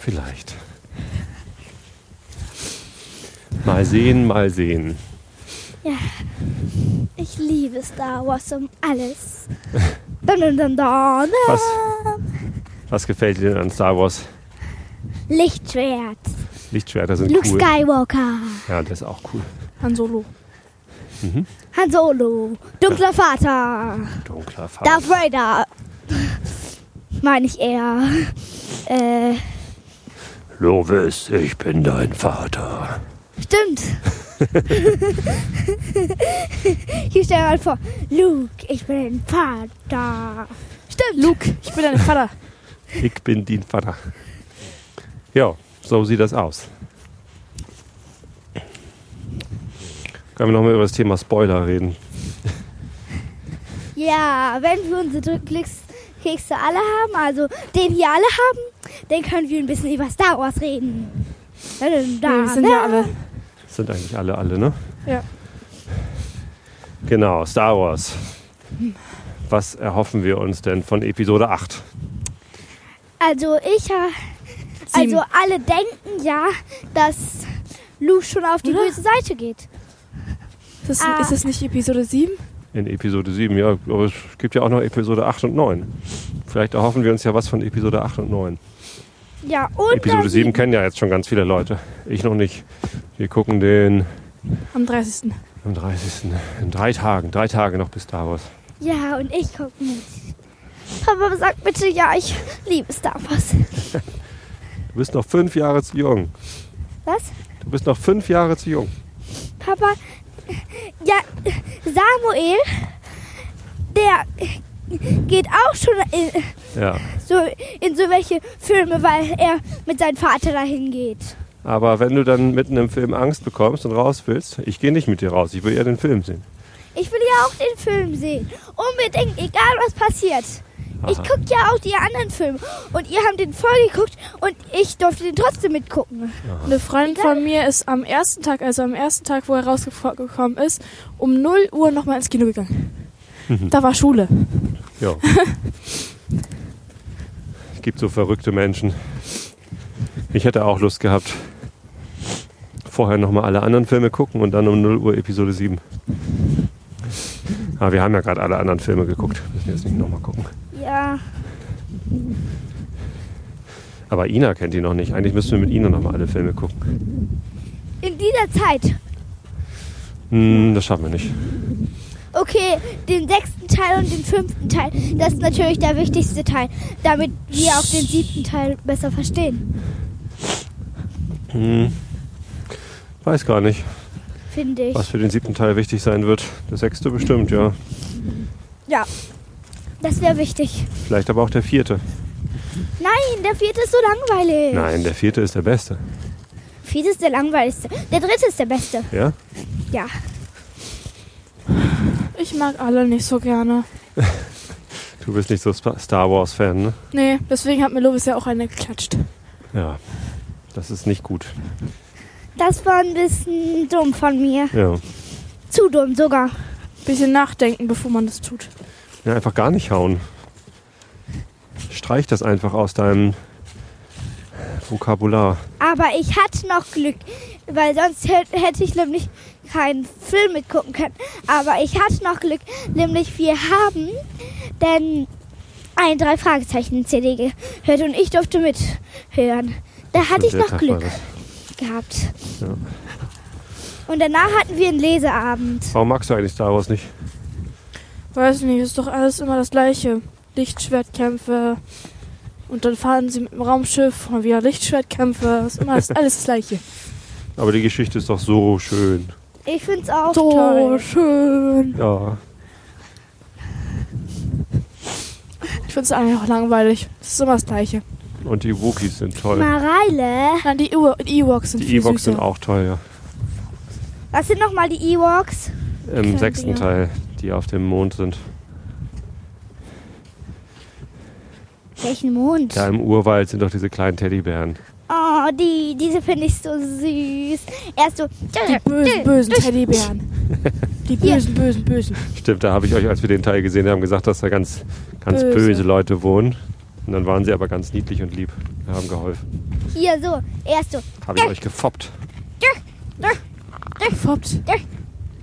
Vielleicht. Mal sehen, mal sehen.
Ich liebe Star Wars um alles. Dun, dun, dun, dun.
Was, was gefällt dir denn an Star Wars?
Lichtschwert.
Lichtschwerter sind
Luke
cool.
Skywalker.
Ja, das ist auch cool.
Han Solo.
Han Solo. Dunkler Vater.
Dunkler Farbe.
Darth Vader. Meine ich eher. Äh,
Lovis, ich bin dein Vater.
stimmt. Hier stell dir mal vor. Luke, ich bin Vater. Stimmt.
Luke, ich bin dein Vater.
Ich bin dein Vater. Ja, so sieht das aus. Können wir nochmal über das Thema Spoiler reden?
Ja, wenn wir unsere Glückskekse alle haben, also den hier alle haben, dann können wir ein bisschen über Star Wars reden. Da, da, da,
Wir sind
da.
ja alle.
Das sind eigentlich alle, alle, ne?
Ja.
Genau, Star Wars. Was erhoffen wir uns denn von Episode 8?
Also ich, ha- also alle denken ja, dass Luke schon auf die böse Seite geht.
Ist das,
Ah.
ist das nicht Episode 7?
In Episode 7, ja, aber es gibt ja auch noch Episode 8 und 9. Vielleicht erhoffen wir uns ja was von Episode 8 und 9.
Ja, und
Episode
dann-
7 kennen ja jetzt schon ganz viele Leute. Ich noch nicht. Wir gucken den
Am 30.
am 30. In drei Tagen, drei Tage noch bis Star Wars.
Ja, und ich guck mit. Papa sagt bitte ja, ich liebe Star Wars.
Du bist noch fünf Jahre zu jung.
Was?
Du bist noch fünf Jahre zu jung.
Papa, ja, Samuel, der geht auch schon in,
Ja.
so, in so welche Filme, weil er mit seinem Vater dahin geht.
Aber wenn du dann mitten im Film Angst bekommst und raus willst, ich gehe nicht mit dir raus. Ich will ja den Film sehen.
Ich will ja auch den Film sehen. Unbedingt, egal was passiert. Ich
Aha.
gucke ja auch die anderen Filme. Und ihr habt den vorgeguckt und ich durfte den trotzdem mitgucken.
Eine Freundin von mir ist am ersten Tag, also am ersten Tag, wo er rausgekommen ist, um 0 Uhr nochmal ins Kino gegangen. Da war Schule.
Ja. es gibt so verrückte Menschen. Ich hätte auch Lust gehabt. Vorher nochmal alle anderen Filme gucken und dann um 0 Uhr Episode 7. Aber wir haben ja gerade alle anderen Filme geguckt. Müssen wir jetzt nicht nochmal gucken.
Ja,
Aber Ina kennt die noch nicht. Eigentlich müssen wir mit Ina nochmal alle Filme gucken.
in dieser Zeit.
Hm, das schaffen wir nicht.
Okay, den sechsten Teil und den fünften Teil. Das ist natürlich der wichtigste Teil, damit wir auch den siebten Teil besser verstehen,
Hm. Weiß gar nicht,
finde ich.
was für den siebten Teil wichtig sein wird. Der sechste bestimmt, ja.
Ja, das wäre wichtig.
Vielleicht aber auch der vierte.
Nein, der vierte ist so langweilig.
Nein, der vierte ist der beste.
Vierte ist der langweiligste. Der dritte ist der beste.
Ja?
Ja.
Ich mag alle nicht so gerne.
Du bist nicht so Spa- Star Wars-Fan, ne?
Nee, deswegen hat mir Lovis ja auch eine geklatscht.
Ja. Das ist nicht gut.
Das war ein bisschen dumm von mir.
Ja.
Zu dumm sogar.
Bisschen nachdenken, bevor man das tut.
ja einfach gar nicht hauen. Streich das einfach aus deinem Vokabular.
Aber ich hatte noch Glück, weil sonst hä- hätte ich nämlich keinen Film mitgucken können. Aber ich hatte noch Glück, nämlich wir haben denn ein drei Fragezeichen CD gehört und ich durfte mithören. Da hatte ich
Der
noch
Tag war
Glück
das.
gehabt.
Ja.
Und danach hatten wir einen Leseabend.
Warum magst du eigentlich Star Wars nicht?
Weiß nicht, ist doch alles immer das gleiche. Lichtschwertkämpfe. Und dann fahren sie mit dem Raumschiff und wieder Lichtschwertkämpfe. Ist immer alles, alles das gleiche.
Aber die Geschichte ist doch so schön.
Ich find's auch
So
toll.
schön.
Ja.
Ich finde es eigentlich auch langweilig. Es ist immer das gleiche.
Und die Wookies sind toll.
Mareile,
Nein, die Ewo- die Ewoks sind
Die
viel
Ewoks sind
süßer.
auch toll, ja.
was sind nochmal die Ewoks?
Im
Kleine
sechsten
Dinger.
Teil, die auf dem Mond sind.
Welchen Mond?
Da im Urwald sind doch diese kleinen Teddybären.
Oh, die, diese finde ich so süß. Erst so,
Die bösen, bösen Teddybären. Die bösen, bösen, bösen.
Stimmt, da habe ich euch, als wir den Teil gesehen haben, gesagt, dass da ganz, ganz
Böse.
böse. Leute wohnen. Und dann waren sie aber ganz niedlich und lieb. Wir haben geholfen.
hier so, erst so,
Habe ich euch gefoppt.
Gefoppt.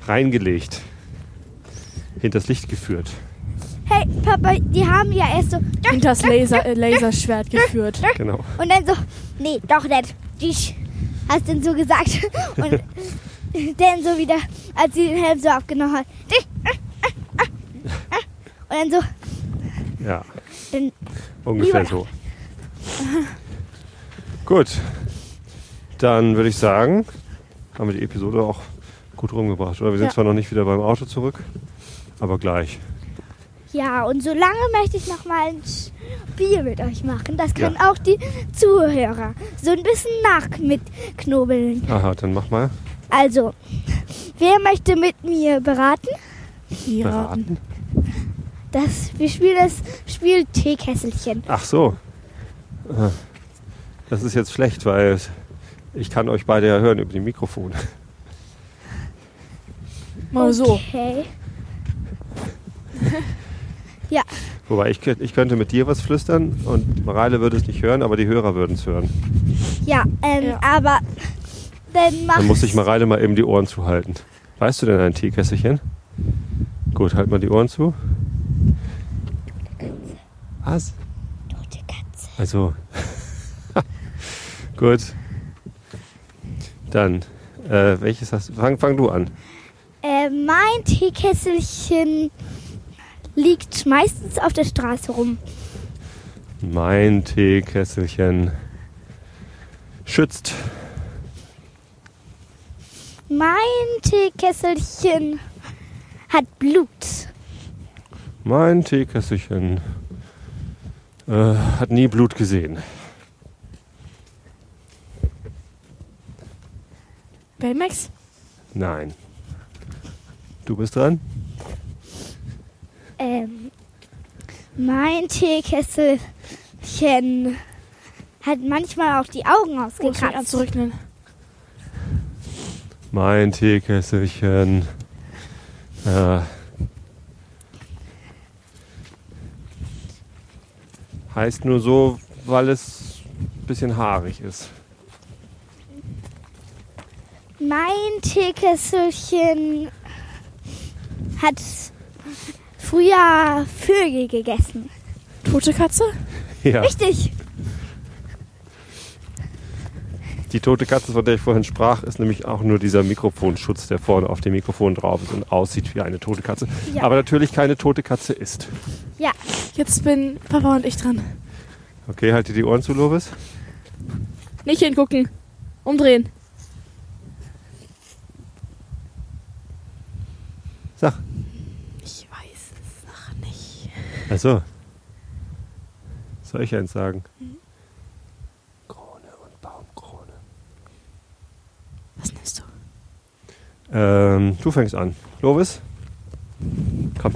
Reingelegt. Hinters Licht geführt.
hey Papa, die haben ja erst so,
Und das Laser, äh, Laserschwert geführt.
Genau.
und dann so, nee, doch nicht, dich, hast denn so gesagt. Und dann so wieder, als sie den Helm so abgenommen hat, äh, dich, ah, ah, ah, ah. und dann so,
Ja.
Dann-
Ungefähr
Lieber-
so. Gut. Dann würde ich sagen, haben wir die Episode auch gut rumgebracht. Oder wir sind
Ja.
zwar noch nicht wieder beim Auto zurück, aber gleich.
ja, und so lange möchte ich noch mal ein Spiel mit euch machen. Das können auch die Zuhörer so ein bisschen nach mitknobeln.
Aha, dann mach mal.
Also, wer möchte mit mir beraten?
Ja.
Beraten.
Das, wir spielen das Spiel Teekesselchen.
Ach so. Äh, Das ist jetzt schlecht, weil es- ich kann euch beide ja hören über die Mikrofone.
Mal so.
Okay.
Wobei ich, könnt- ich könnte mit dir was flüstern und Mareile würde es nicht hören, aber die Hörer würden es hören.
Ja, ähm,
Ja.
aber dann mach
Dann muss ich Mareile mal eben die Ohren zuhalten. Weißt du denn ein Teekesselchen? Gut, halt mal die Ohren zu. Was?
Tote Katze.
Also. Gut. Dann, äh, welches hast du? Fang, fang du an.
Äh, mein Teekesselchen liegt meistens auf der Straße rum.
Mein Teekesselchen schützt.
Mein Teekesselchen hat Blut.
Mein Teekesselchen äh, hat nie Blut gesehen.
Baymax?
Nein. Du bist dran?
Ähm, mein Teekesselchen hat manchmal auch die Augen
Oh, es fängt an
ausgekratzt.
zu regnen.
Mein Teekesselchen. Äh, heißt nur so, weil es ein bisschen haarig ist.
Mein Teekesselchen hat früher Vögel gegessen.
Tote Katze?
Ja,
Richtig.
die tote Katze, von der ich vorhin sprach, ist nämlich auch nur dieser Mikrofonschutz, der vorne auf dem Mikrofon drauf ist und aussieht wie eine tote Katze.
Ja.
Aber natürlich keine tote Katze ist.
Ja.
Jetzt bin Papa und ich dran.
Okay, halte die Ohren zu, Lovis.
Nicht hingucken. Umdrehen.
Sag.
Ich weiß es noch nicht.
Achso. Soll ich eins sagen?
Mhm.
Krone und Baumkrone.
Was nimmst du?
Ähm, du fängst an. Lovis? Komm.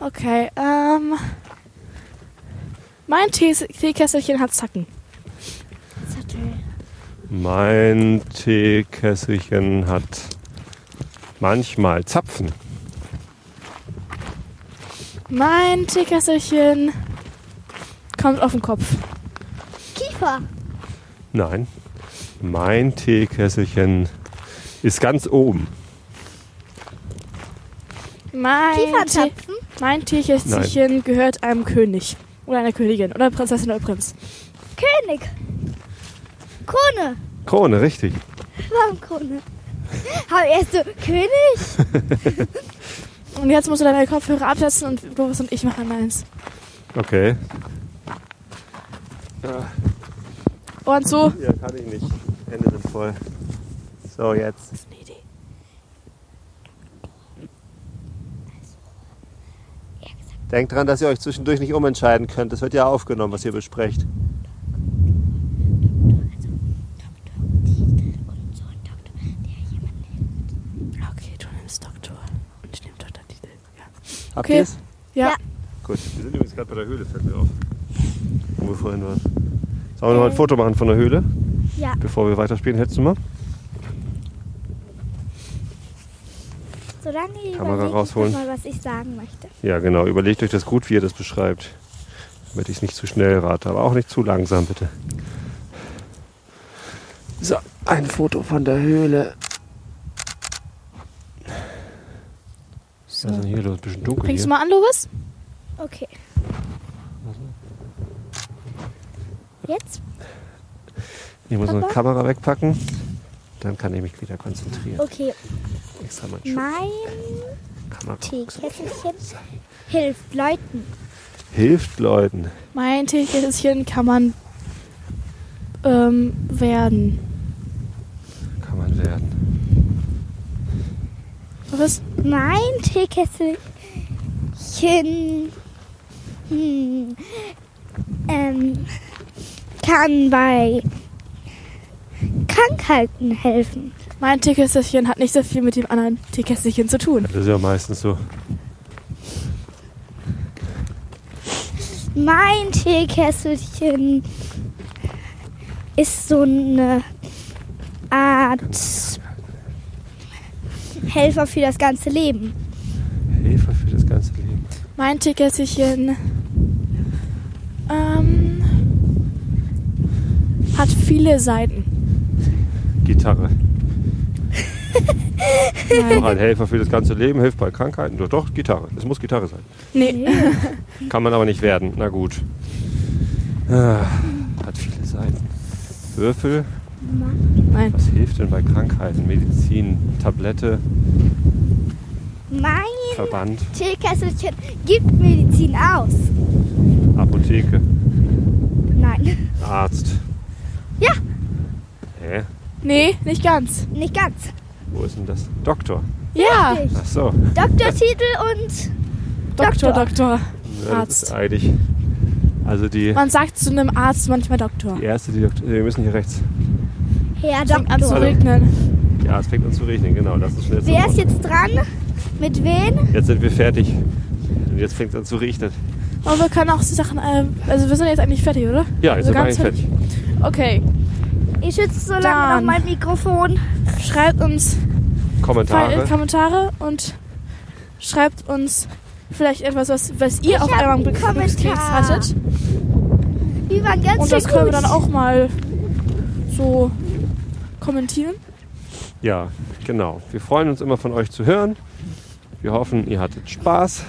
Okay, ähm. Mein Tees Teekesselchen hat Zacken.
Zettel.
Mein Teekesselchen hat manchmal Zapfen.
Mein Teekesselchen kommt auf den Kopf.
Kiefer.
Nein. Mein Teekesselchen ist ganz oben.
Mein, Tee
Kieferzapfen.
mein Teekesselchen gehört einem König. Oder einer Königin. Oder Prinzessin oder Prinz.
König. Krone.
Krone, richtig.
Warum Krone? Hab erst so König?
Und jetzt musst du deine Kopfhörer absetzen und Boris und ich machen eins.
Okay.
Und so.
Ja, kann ich nicht. Hände sind voll. So, jetzt.
Das ist eine Idee.
Denkt dran, dass ihr euch zwischendurch nicht umentscheiden könnt. Das wird ja aufgenommen, was ihr besprecht.
Okay, du nimmst Doktor. Und ich nehme Dr. Titel.
Habt
Okay.
ihr's?
Ja.
Ja.
Gut, wir sind übrigens gerade bei der Höhle, fällt mir auf. Wo wir vorhin waren. Sollen wir noch ein Foto machen von der Höhle,
Ja.
bevor wir weiterspielen? Hättest du mal?
Solange ihr
Kamera
überlegt,
rausholen.
mal, was ich sagen möchte.
Ja, genau. Überlegt euch das gut, wie ihr das beschreibt. Damit ich es nicht zu schnell rate, aber auch nicht zu langsam, bitte. So, ein Foto von der Höhle.
So.
Was ist denn hier los? Ein bisschen dunkel
Fängst du
hier.
mal an, Loris?
Okay. Jetzt?
Ich muss noch eine
Papa?
Kamera wegpacken. Dann kann ich mich wieder konzentrieren.
Okay.
Extra mein Schuh.
Mein
Kamera.
Teekesselchen hilft Leuten.
Hilft Leuten.
Mein Teekesselchen kann man ähm, werden.
Kann man werden.
Loris?
Mein Teekesselchen hm, ähm, kann bei Krankheiten helfen.
Mein Teekesselchen hat nicht so viel mit dem anderen Teekesselchen zu tun.
Das ist ja meistens so.
Mein Teekesselchen ist so eine Art Helfer für das ganze Leben.
Hilfe für das ganze Leben.
Mein Teekesselchen ähm, hat viele Seiten.
Gitarre. Doch,
Nein.
ein Helfer für das ganze Leben hilft bei Krankheiten. Doch, doch, Gitarre. Es muss Gitarre sein.
Nee.
Kann man aber nicht werden. Na gut. Ah, hat viele Seiten. Würfel.
Nein.
Was hilft denn bei Krankheiten? Medizin, Tablette,
Mein
Verband,
Teekesselchen gibt Medizin aus.
Apotheke,
Nein,
Arzt.
Ja.
Hä?
Nee, nicht ganz.
nicht ganz.
Wo ist denn das? Doktor.
Ja,
Richtig.
Ach so.
Doktortitel und Doktor.
Doktor, Doktor.
Ja, das ist
Arzt.
eigentlich. Also die,
Man sagt zu einem Arzt manchmal Doktor. Um
die erste, die Doktor. äh, Wir müssen hier rechts.
Herr
Fängt an zu
Doktor.
regnen.
Ja, es fängt an zu regnen, genau. Das ist schnell zum
Wer ist
Wort.
jetzt dran? Mit wem?
Jetzt sind wir fertig. Und jetzt fängt es an zu regnen.
Aber wir können auch die Sachen, äh, also wir sind jetzt eigentlich fertig, oder?
Ja,
also
jetzt sind wir eigentlich fertig.
Okay,
Ich schütze so lange
Dann.
noch mein Mikrofon.
schreibt uns Fall-
Kommentare.
äh, Kommentare und schreibt uns vielleicht etwas, was, was ihr auf
hab
einmal
einen
Glückskeks
Kommentar.
hattet.
Die waren ganz
Und
schön
das können wir
gut.
dann auch mal so kommentieren.
Ja, genau. Wir freuen uns immer von euch zu hören. Wir hoffen, ihr hattet Spaß.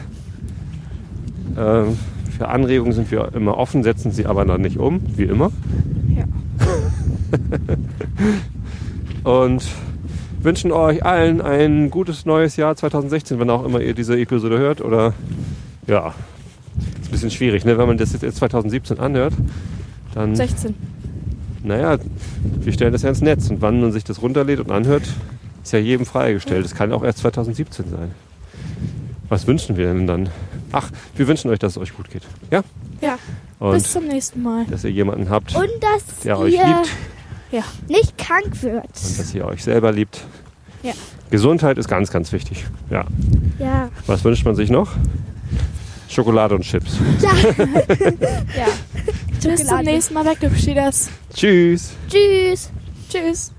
Ähm, für Anregungen sind wir immer offen, setzen sie aber noch nicht um, wie immer.
Ja.
Und wünschen euch allen ein gutes neues Jahr 2016, wenn auch immer ihr diese Episode hört. Oder ja, ist ein bisschen schwierig, ne? wenn man das jetzt erst 2017 anhört. Dann,
16.
naja, wir stellen das ja ins Netz. Und wann man sich das runterlädt und anhört, ist ja jedem freigestellt. Das kann auch erst 2017 sein. Was wünschen wir denn dann? Ach, wir wünschen euch, dass es euch gut geht. Ja?
Ja. Bis
Und
zum nächsten Mal.
dass ihr jemanden habt,
Und dass
der euch
ihr
liebt
Ja.
nicht krank wird.
dass ihr euch selber liebt.
Ja.
Gesundheit ist ganz, ganz wichtig. Ja.
Ja.
Was wünscht man sich noch? Schokolade und Chips.
Bis zum nächsten Mal bei Glücksspielers.
Tschüss.
Tschüss.
Tschüss.